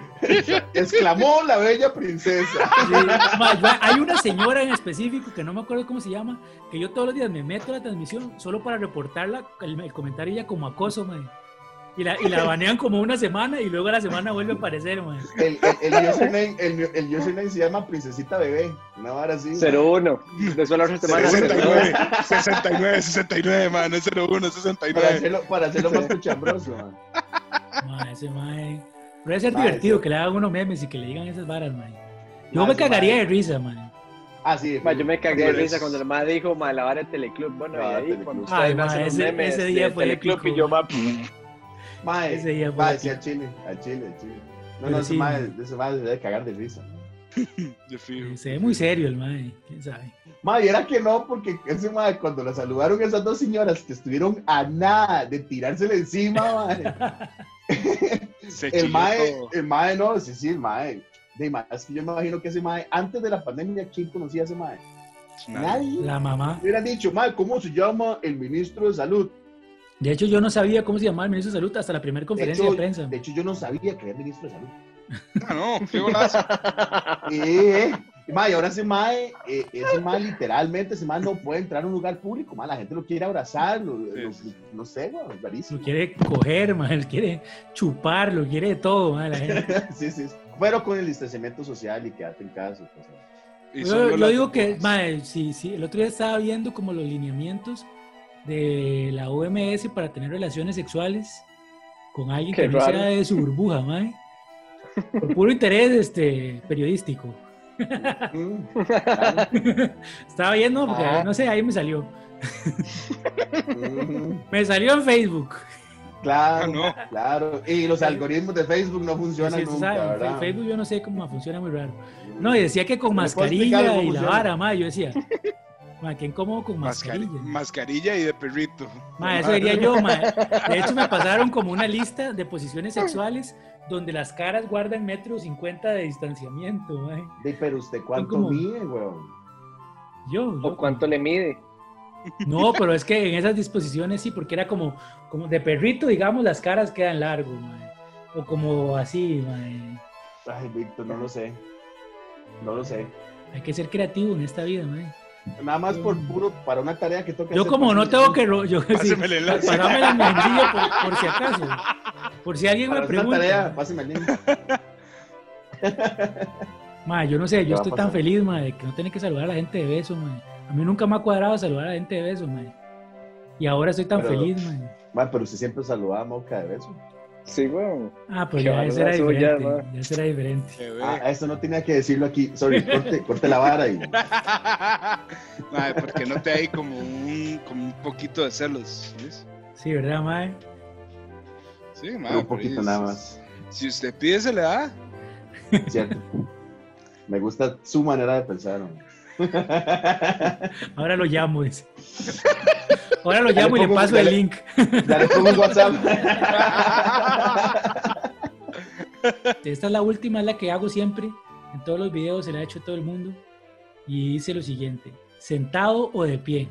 [SPEAKER 6] exclamó la bella princesa.
[SPEAKER 2] Sí, mae, mae, Hay una señora en específico que no me acuerdo cómo se llama, que yo todos los días me meto a la transmisión solo para reportarla, el, el comentario ya como acoso, mae. Y la, y la banean como una semana y luego a la semana vuelve a aparecer, mae.
[SPEAKER 6] El, el, el username, el- el username se llama Princesita Bebé. Una vara así.
[SPEAKER 5] 01. Después la otra semana.
[SPEAKER 4] 69, 69, 69, man, es 01,
[SPEAKER 6] Para
[SPEAKER 4] 69.
[SPEAKER 6] hacerlo, para hacerlo más cochambroso. mae.
[SPEAKER 2] Mae, ese mae. Pero debe ser
[SPEAKER 6] Mae,
[SPEAKER 2] divertido
[SPEAKER 6] sí.
[SPEAKER 2] que le hagan unos memes y que le digan esas varas, mae. Yo
[SPEAKER 6] Mae,
[SPEAKER 2] me
[SPEAKER 6] sí,
[SPEAKER 2] cagaría
[SPEAKER 6] mae.
[SPEAKER 2] de risa, mae.
[SPEAKER 6] Ah, sí.
[SPEAKER 5] Ma, yo me cagué de
[SPEAKER 4] Pero
[SPEAKER 5] risa
[SPEAKER 4] es-
[SPEAKER 5] cuando la madre dijo, ma, la vara de Ah, Teleclub. Bueno,
[SPEAKER 6] La vara
[SPEAKER 5] y
[SPEAKER 6] de
[SPEAKER 5] ahí
[SPEAKER 6] Teleclub.
[SPEAKER 5] cuando ustedes
[SPEAKER 2] Ay, ma,
[SPEAKER 5] hacen los
[SPEAKER 2] ese-
[SPEAKER 5] memes
[SPEAKER 2] ese día
[SPEAKER 5] de
[SPEAKER 2] fue
[SPEAKER 5] Teleclub
[SPEAKER 2] épico.
[SPEAKER 5] y yo, ma,
[SPEAKER 6] Mae,
[SPEAKER 2] Ese día pues, fue
[SPEAKER 6] mae,
[SPEAKER 2] aquí.
[SPEAKER 6] sí, al chile, al chile, al chile. No,
[SPEAKER 2] Pero
[SPEAKER 6] no, ese
[SPEAKER 2] sí,
[SPEAKER 6] mae,
[SPEAKER 2] mae.
[SPEAKER 6] ese mae se debe cagar de risa. mae.
[SPEAKER 4] Yo fijo.
[SPEAKER 2] Se ve muy serio el mae, quién sabe.
[SPEAKER 6] Mae, era que no, porque ese mae, cuando la saludaron esas dos señoras que estuvieron a nada de tirársele encima, mae.
[SPEAKER 4] Se
[SPEAKER 6] El
[SPEAKER 4] chilló
[SPEAKER 6] mae,
[SPEAKER 4] todo.
[SPEAKER 6] el mae, no, sí, sí, el mae. De mae, es que yo me imagino que ese mae, antes de la pandemia, ¿quién conocía a ese mae? Nadie.
[SPEAKER 2] La mamá.
[SPEAKER 6] Hubieran dicho, mae, ¿cómo se llama el ministro de salud?
[SPEAKER 2] De hecho, yo no sabía cómo se llamaba el ministro de Salud hasta la primera conferencia de,
[SPEAKER 6] hecho,
[SPEAKER 2] prensa.
[SPEAKER 6] De hecho, yo no sabía que era ministro de salud.
[SPEAKER 4] Ah, no, qué golazo.
[SPEAKER 6] Eh, eh. Mae, ahora ese mae, eh, ese mae, literalmente, ese mae no puede entrar a un lugar público, mae, la gente lo quiere abrazar, lo- lo-
[SPEAKER 4] sí, sí.
[SPEAKER 6] no sé, güey, es rarísimo.
[SPEAKER 2] Lo quiere coger, mae, lo quiere chupar, lo quiere de todo, mae. la gente.
[SPEAKER 6] sí, sí. Pero con el distanciamiento social y quédate en casa. pues,
[SPEAKER 4] Y
[SPEAKER 2] Yo,
[SPEAKER 4] solo
[SPEAKER 2] yo
[SPEAKER 4] la-
[SPEAKER 2] digo que, mae, sí, sí, el otro día estaba viendo como los lineamientos de la OMS para tener relaciones sexuales con alguien
[SPEAKER 5] Qué
[SPEAKER 2] que no
[SPEAKER 5] raro.
[SPEAKER 2] sea de su burbuja, mae. Por puro interés este, periodístico.
[SPEAKER 6] Mm.
[SPEAKER 2] Estaba viendo, porque
[SPEAKER 5] Ah.
[SPEAKER 2] no sé, ahí me salió.
[SPEAKER 6] Mm,
[SPEAKER 2] Me salió en Facebook.
[SPEAKER 6] claro,
[SPEAKER 4] Ah, no.
[SPEAKER 6] claro. Y los algoritmos de Facebook no funcionan
[SPEAKER 2] Sí, sí,
[SPEAKER 6] nunca,
[SPEAKER 2] sabe,
[SPEAKER 6] ¿verdad? Mm.
[SPEAKER 2] Facebook yo no sé cómo funciona muy raro. No, y decía que con
[SPEAKER 6] ¿Me puedo explicar
[SPEAKER 2] mascarilla
[SPEAKER 6] cómo
[SPEAKER 2] y la
[SPEAKER 6] funciona?
[SPEAKER 2] vara, ma, yo decía, ma, qué incómodo con
[SPEAKER 4] Mascari-
[SPEAKER 2] mascarilla.
[SPEAKER 4] mascarilla y de perrito.
[SPEAKER 2] Ma, eso diría yo, ma. De hecho, me pasaron como una lista de posiciones sexuales donde las caras guardan metro cincuenta de distanciamiento, ma.
[SPEAKER 6] De, pero usted cuánto
[SPEAKER 2] como-
[SPEAKER 6] mide, weón.
[SPEAKER 2] Yo, yo-
[SPEAKER 5] ¿O cuánto le mide?
[SPEAKER 2] No, pero es que en esas disposiciones sí, porque era como, como de perrito, digamos, las caras quedan largo, ma. O como así, ma.
[SPEAKER 6] Ay, Víctor, no lo sé. No lo sé.
[SPEAKER 2] Hay que ser creativo en esta vida, ma.
[SPEAKER 6] Nada más por puro, para una tarea que toca
[SPEAKER 2] Mm. Yo
[SPEAKER 6] hacer
[SPEAKER 2] como
[SPEAKER 6] con-
[SPEAKER 2] no tengo que... ro- Yo, sí.
[SPEAKER 4] Páseme el enlace.
[SPEAKER 2] Pásame la mendilla por, por si acaso. Por si alguien
[SPEAKER 6] Para
[SPEAKER 2] me
[SPEAKER 6] hacer una tarea,
[SPEAKER 2] pregunta.
[SPEAKER 6] páseme el link.
[SPEAKER 2] Ma, yo no sé,
[SPEAKER 6] Ya
[SPEAKER 2] yo
[SPEAKER 6] va
[SPEAKER 2] estoy
[SPEAKER 6] a
[SPEAKER 2] tan
[SPEAKER 6] pasar.
[SPEAKER 2] feliz, ma, de que no tiene que saludar a la gente de beso, ma. A mí nunca me ha cuadrado saludar a la gente de beso, ma. Y ahora estoy tan
[SPEAKER 6] Pero-
[SPEAKER 2] feliz, ma.
[SPEAKER 6] Ma, pero usted siempre saludaba a Moca de beso.
[SPEAKER 5] Sí, weón.
[SPEAKER 2] Ah, pues
[SPEAKER 5] Qué
[SPEAKER 2] ya eso era
[SPEAKER 5] barbaridad suya,
[SPEAKER 2] diferente. ya eso era diferente.
[SPEAKER 4] Qué ve.
[SPEAKER 6] Ah, eso no tenía que decirlo aquí. Sorry, corte, corte la vara y.
[SPEAKER 4] Mae, porque no te hay como un, como un poquito de celos. ¿ves?
[SPEAKER 2] Sí, ¿verdad, ma?
[SPEAKER 4] Sí, mae,
[SPEAKER 6] un
[SPEAKER 4] por ahí
[SPEAKER 6] poquito
[SPEAKER 4] es-
[SPEAKER 6] nada más.
[SPEAKER 4] Si usted pide, se le da.
[SPEAKER 6] Cierto. Me gusta su manera de pensar. mae.
[SPEAKER 2] Ahora lo llamo. dice. Ahora lo llamo y le
[SPEAKER 6] pongo-
[SPEAKER 2] paso el
[SPEAKER 6] dale.
[SPEAKER 2] link.
[SPEAKER 6] Ya le pongo un WhatsApp.
[SPEAKER 2] Esta es la última, es la que hago siempre. En todos los videos se la ha hecho a todo el mundo. Y dice lo siguiente: ¿sentado o de pie?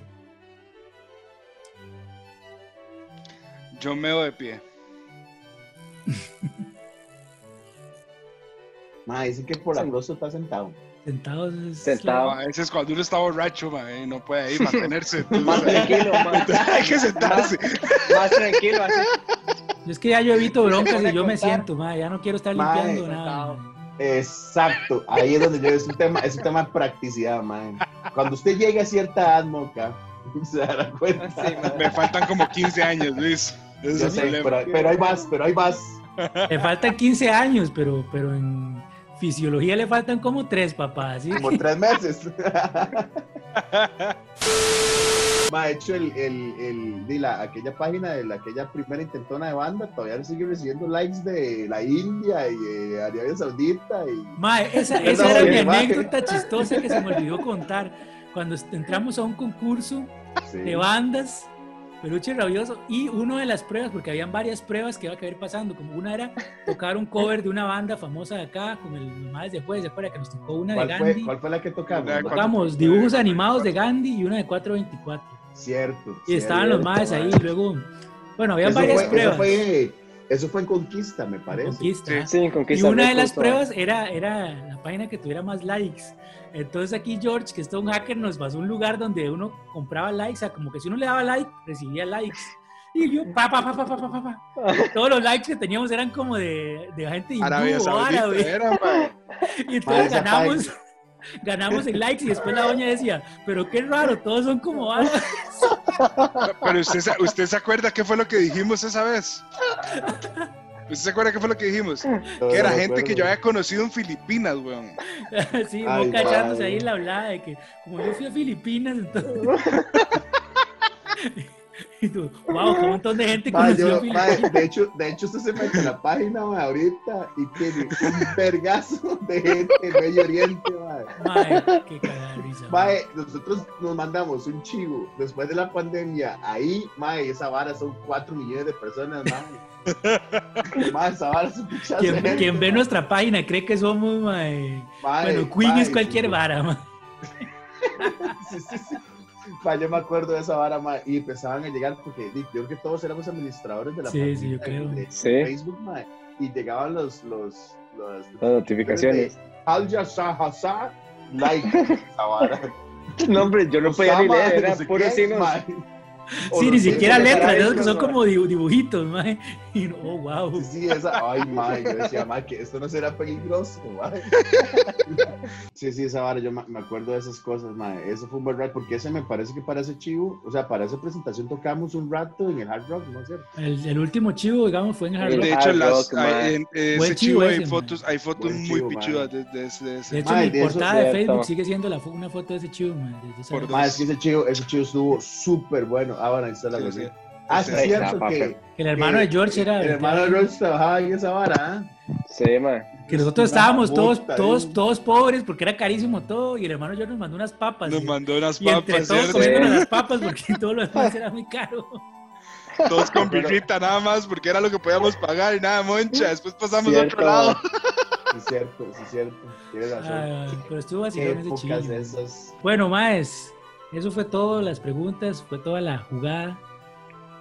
[SPEAKER 4] Yo meo de pie.
[SPEAKER 6] Mae, dicen que por sabroso está sentado.
[SPEAKER 2] Sentado es.
[SPEAKER 5] Sentado.
[SPEAKER 4] A veces cuando uno está borracho, mae, y no puede ahí mantenerse.
[SPEAKER 5] Más
[SPEAKER 4] entonces,
[SPEAKER 5] tranquilo, más,
[SPEAKER 4] Hay que sentarse.
[SPEAKER 5] más tranquilo. así.
[SPEAKER 2] Yo es que ya yo evito broncas y yo me
[SPEAKER 5] Contar.
[SPEAKER 2] siento, ma, ya no quiero estar
[SPEAKER 6] Mae,
[SPEAKER 2] limpiando nada.
[SPEAKER 5] sentado.
[SPEAKER 2] ma.
[SPEAKER 6] Exacto, ahí es donde yo es un tema, es un tema de practicidad, man. Cuando usted llegue a cierta edad, moca, se dará cuenta.
[SPEAKER 5] Así, mae.
[SPEAKER 4] Me faltan como 15 años, Luis. Ese es
[SPEAKER 6] Yo
[SPEAKER 4] el
[SPEAKER 6] sé,
[SPEAKER 4] problema.
[SPEAKER 6] pero, pero ahí vas, pero ahí vas.
[SPEAKER 2] Le faltan 15 años, pero, pero en fisiología le faltan como 3, papá. así
[SPEAKER 6] Como
[SPEAKER 2] que-
[SPEAKER 6] tres meses. Ma, de hecho, el, el, el- di, la- aquella página de la, aquella primera intentona de banda todavía sigue recibiendo likes de la India y eh, Arabia Saudita y
[SPEAKER 2] Ma, esa,
[SPEAKER 6] Es
[SPEAKER 2] esa era
[SPEAKER 6] obvio,
[SPEAKER 2] mi
[SPEAKER 6] ma.
[SPEAKER 2] anécdota chistosa que se me olvidó contar. Cuando est- entramos a un concurso
[SPEAKER 6] sí.
[SPEAKER 2] de bandas, Peluche Rabioso, y una de las pruebas, porque habían varias pruebas que iba a caer pasando, como una era tocar un cover de una banda famosa de acá, como el más de jueves, ¿se acuerda? Que nos tocó una de
[SPEAKER 6] ¿Cuál, fue,
[SPEAKER 2] Gandhi.
[SPEAKER 6] ¿Cuál fue la que tocamos?
[SPEAKER 4] La de cuatro-
[SPEAKER 2] Tocamos dibujos animados de Gandhi y una de 424.
[SPEAKER 6] Cierto.
[SPEAKER 2] Y estaban los maes ahí, luego, bueno, había
[SPEAKER 6] Eso
[SPEAKER 2] varias
[SPEAKER 6] fue, eso
[SPEAKER 2] pruebas.
[SPEAKER 6] fue- eso fue en Conquista, me parece.
[SPEAKER 2] Conquista,
[SPEAKER 4] Sí.
[SPEAKER 2] ajá.
[SPEAKER 5] Sí, con
[SPEAKER 2] Y
[SPEAKER 5] Cristian
[SPEAKER 2] una de las
[SPEAKER 5] Records, mae.
[SPEAKER 2] pruebas era, era la página que tuviera más likes. Entonces aquí George, que es todo un hacker, nos pasó a un lugar donde uno compraba likes, a como que si uno le daba like, recibía likes. Y yo, pa, pa, pa, pa, pa, pa, pa, pa. Todos los likes que teníamos eran como de, de gente hindú
[SPEAKER 4] Arabia
[SPEAKER 2] o
[SPEAKER 4] Saudita
[SPEAKER 2] árabe.
[SPEAKER 4] era, mae.
[SPEAKER 2] Y entonces
[SPEAKER 6] ¿eh? Esa
[SPEAKER 2] ganamos, ganamos en likes y después la doña decía, pero qué raro, todos son como árabes.
[SPEAKER 4] Pero usted, se- usted se acuerda qué fue lo que dijimos esa vez. ¿Usted se acuerda qué fue lo que dijimos?
[SPEAKER 6] Todo
[SPEAKER 4] Que era
[SPEAKER 6] me
[SPEAKER 4] gente que yo
[SPEAKER 6] acuerdo.
[SPEAKER 4] había conocido en Filipinas, weón.
[SPEAKER 2] Sí,
[SPEAKER 6] Ay,
[SPEAKER 2] Boca echándose
[SPEAKER 6] madre.
[SPEAKER 2] ahí la hablada de que como yo fui a Filipinas, entonces... y tú, wow, qué montón de gente
[SPEAKER 6] Ma,
[SPEAKER 2] conoció
[SPEAKER 6] yo-
[SPEAKER 2] a Filipinas.
[SPEAKER 6] ma, de hecho, de hecho, usted se mete en la página ma, ahorita y tiene un vergazo de gente del Medio Oriente. ma.
[SPEAKER 2] Madre, qué cagada de risa.
[SPEAKER 6] Ma,
[SPEAKER 2] madre.
[SPEAKER 6] nosotros nos mandamos un chivo después de la pandemia. Ahí, ma, esa vara son 4 millones de personas. Ma, Ma, esa vara es un pichazo de
[SPEAKER 2] Quien,
[SPEAKER 6] gente,
[SPEAKER 2] quien ve
[SPEAKER 6] ma.
[SPEAKER 2] nuestra página cree que somos, madre.
[SPEAKER 6] Ma,
[SPEAKER 2] Bueno, Queen
[SPEAKER 6] ma,
[SPEAKER 2] es cualquier
[SPEAKER 6] sí.
[SPEAKER 2] vara, madre.
[SPEAKER 6] Sí, sí, sí. Ma, yo me acuerdo de esa vara, ma, y empezaban a llegar, porque di, yo creo que todos éramos administradores de la
[SPEAKER 2] Sí, sí, yo
[SPEAKER 6] página de-
[SPEAKER 2] creo.
[SPEAKER 6] de
[SPEAKER 5] Sí,
[SPEAKER 6] Facebook, ma, y llegaban los, los, los
[SPEAKER 5] las notificaciones.
[SPEAKER 6] Al Yasha Hassan, like, esa vara.
[SPEAKER 5] No, hombre, yo no
[SPEAKER 4] Pues
[SPEAKER 5] podía ni
[SPEAKER 6] Osama,
[SPEAKER 5] leer,
[SPEAKER 6] no
[SPEAKER 5] era
[SPEAKER 6] sé
[SPEAKER 5] puro
[SPEAKER 6] qué,
[SPEAKER 5] signos.
[SPEAKER 6] ma. O
[SPEAKER 2] Sí,
[SPEAKER 6] los
[SPEAKER 2] ni
[SPEAKER 6] signos
[SPEAKER 2] siquiera
[SPEAKER 6] de
[SPEAKER 2] letras,
[SPEAKER 5] cara
[SPEAKER 2] de esos
[SPEAKER 5] de
[SPEAKER 2] que son
[SPEAKER 5] esos,
[SPEAKER 2] como dibu- dibujitos, madre. Y no, oh, wow.
[SPEAKER 6] Sí, sí, esa, ay, ma, yo decía, ma, que esto no será peligroso, ma. Sí, sí, esa vara, yo ma- me acuerdo de esas cosas, ma, eso fue un buen rato, porque ese me parece que para ese chivo, o sea, para esa presentación tocamos un rato en el Hard Rock, ¿no es cierto?
[SPEAKER 2] El, el último chivo, digamos, fue en el Hard
[SPEAKER 5] El
[SPEAKER 2] Rock.
[SPEAKER 4] De hecho,
[SPEAKER 5] Hard
[SPEAKER 4] las,
[SPEAKER 5] Rock, mae.
[SPEAKER 4] hay- en- en
[SPEAKER 2] Buen
[SPEAKER 4] ese
[SPEAKER 2] chivo
[SPEAKER 4] chivo hay
[SPEAKER 2] ese,
[SPEAKER 4] fotos, hay fotos
[SPEAKER 6] Buen
[SPEAKER 4] muy
[SPEAKER 6] chivo,
[SPEAKER 4] pichudas de, de ese- de ese.
[SPEAKER 2] De hecho,
[SPEAKER 6] Madre,
[SPEAKER 2] mi
[SPEAKER 6] de eso
[SPEAKER 2] portada
[SPEAKER 5] es
[SPEAKER 2] de
[SPEAKER 5] cierto.
[SPEAKER 2] Facebook sigue siendo la, fo- una foto de ese chivo, madre. desde esa
[SPEAKER 4] Por
[SPEAKER 2] época.
[SPEAKER 6] Ma, es que ese chivo, ese chivo estuvo súper bueno. Ah, bueno, ahí está la
[SPEAKER 4] Sí,
[SPEAKER 6] cosa.
[SPEAKER 4] sí.
[SPEAKER 6] Ah,
[SPEAKER 4] Sí,
[SPEAKER 6] sí, es
[SPEAKER 5] sí.
[SPEAKER 6] cierto
[SPEAKER 5] Está,
[SPEAKER 6] que
[SPEAKER 2] Que el hermano de George era.
[SPEAKER 6] el hermano de Royce trabajaba en esa vara, ¿ah?
[SPEAKER 5] Sí, mae.
[SPEAKER 2] Que nosotros estábamos todos,
[SPEAKER 6] Puta,
[SPEAKER 2] todos,
[SPEAKER 6] Dios.
[SPEAKER 2] todos pobres porque era carísimo todo y el hermano George nos mandó unas papas.
[SPEAKER 4] Nos
[SPEAKER 2] y-
[SPEAKER 4] mandó unas
[SPEAKER 2] y entre
[SPEAKER 4] papas,
[SPEAKER 2] todos
[SPEAKER 4] ¿cierto?
[SPEAKER 5] comiendo-
[SPEAKER 2] comiéndonos
[SPEAKER 5] Sí.
[SPEAKER 2] las papas porque todo lo demás era muy caro.
[SPEAKER 4] Todos con birrita nada más, porque era lo que podíamos pagar y nada, moncha. Después pasamos a
[SPEAKER 5] Cierto,
[SPEAKER 4] otro lado.
[SPEAKER 6] Sí, es cierto, sí, es cierto. Tienes razón.
[SPEAKER 2] Ay, pero estuvo así
[SPEAKER 6] Qué
[SPEAKER 2] con ese
[SPEAKER 6] épocas
[SPEAKER 2] chillo.
[SPEAKER 6] esas.
[SPEAKER 2] Bueno, Maes, eso fue todo, las preguntas, fue toda la jugada.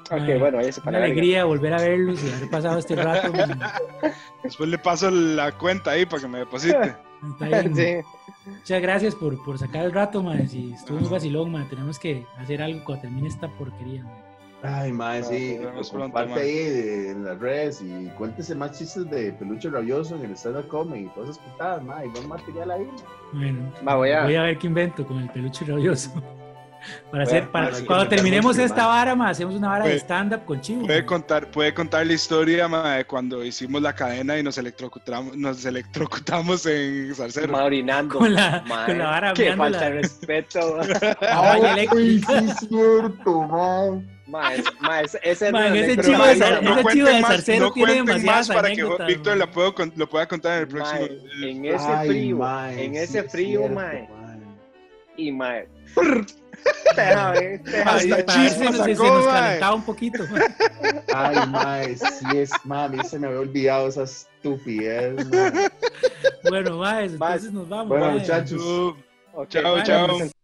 [SPEAKER 2] Mae,
[SPEAKER 5] Ok, bueno, ahí se
[SPEAKER 2] Una
[SPEAKER 5] para la verga.
[SPEAKER 2] alegría volver a verlos y haber pasado este rato. mae.
[SPEAKER 4] Después le paso la cuenta ahí para que me deposite.
[SPEAKER 2] Está bien.
[SPEAKER 5] Sí.
[SPEAKER 2] Muchas gracias por, por sacar el rato, Maes. Y estuvo muy vacilón, Maes. Tenemos que hacer algo cuando termine esta porquería. mae.
[SPEAKER 6] Ay, madre,
[SPEAKER 5] Nos
[SPEAKER 6] sí. pues,
[SPEAKER 4] vemos pronto,
[SPEAKER 6] Comparte
[SPEAKER 4] mae.
[SPEAKER 6] ahí de- en las redes y cuéntese más chistes de Peluche Rabioso en el stand-up comedy y todas esas putadas, madre. Buen material ahí.
[SPEAKER 2] Bueno,
[SPEAKER 5] Va, voy a-
[SPEAKER 2] ver qué invento con el peluche rabioso. Para
[SPEAKER 5] Voy a-
[SPEAKER 2] hacer, para,
[SPEAKER 6] bueno, hay que
[SPEAKER 2] cuando
[SPEAKER 6] inventar
[SPEAKER 2] terminemos
[SPEAKER 6] mucho,
[SPEAKER 2] esta
[SPEAKER 6] mae.
[SPEAKER 2] vara, ma, hacemos una vara de
[SPEAKER 4] Puede-
[SPEAKER 2] stand-up con Chivo.
[SPEAKER 4] Puede
[SPEAKER 2] ma.
[SPEAKER 4] contar, puede contar la historia mae, de cuando hicimos la cadena y nos electrocutamos, nos electrocutamos en Salcero.
[SPEAKER 5] Ma, orinando.
[SPEAKER 2] con, la,
[SPEAKER 5] Mae,
[SPEAKER 2] con la vara
[SPEAKER 5] eh, Qué
[SPEAKER 2] mirando
[SPEAKER 5] falta
[SPEAKER 2] la-
[SPEAKER 5] de respeto.
[SPEAKER 2] la
[SPEAKER 6] Ay,
[SPEAKER 2] baña eléctrica.
[SPEAKER 6] sí, es cierto, madre.
[SPEAKER 5] Mae, mae, ese
[SPEAKER 2] Mae,
[SPEAKER 5] no
[SPEAKER 2] ese
[SPEAKER 5] le-
[SPEAKER 4] Pero,
[SPEAKER 2] chivo
[SPEAKER 5] mae,
[SPEAKER 2] de sar-
[SPEAKER 5] no,
[SPEAKER 2] ese
[SPEAKER 5] mae,
[SPEAKER 2] chivo pues, de
[SPEAKER 4] cuenten más-
[SPEAKER 2] zarcero
[SPEAKER 4] no
[SPEAKER 2] tiene
[SPEAKER 4] cuenten
[SPEAKER 2] demasiadas
[SPEAKER 4] más para que
[SPEAKER 2] anécdotas,
[SPEAKER 4] Víctor
[SPEAKER 2] mae.
[SPEAKER 4] la pueda, con- lo pueda contar en el próximo.
[SPEAKER 5] en ese
[SPEAKER 6] Ay,
[SPEAKER 5] frío,
[SPEAKER 6] mae,
[SPEAKER 5] en
[SPEAKER 6] sí
[SPEAKER 5] ese
[SPEAKER 6] es
[SPEAKER 5] frío,
[SPEAKER 6] cierto,
[SPEAKER 5] mae,
[SPEAKER 6] mae.
[SPEAKER 5] y mae. Te deja ver, te deja
[SPEAKER 4] Hasta
[SPEAKER 5] ver.
[SPEAKER 2] Para ver si
[SPEAKER 4] chispa
[SPEAKER 2] nos- si
[SPEAKER 4] sacó,
[SPEAKER 2] se nos
[SPEAKER 4] mae.
[SPEAKER 2] calentaba un poquito.
[SPEAKER 6] Ay, mae, sí es, mami, se me había olvidado esa estupidez, mae.
[SPEAKER 2] Bueno, mae, entonces nos vamos.
[SPEAKER 6] Bueno,
[SPEAKER 2] mae.
[SPEAKER 6] muchachos.
[SPEAKER 4] Uh,
[SPEAKER 5] Ok, pues,
[SPEAKER 4] Chao,
[SPEAKER 5] mae,
[SPEAKER 4] chao.
[SPEAKER 5] entonces,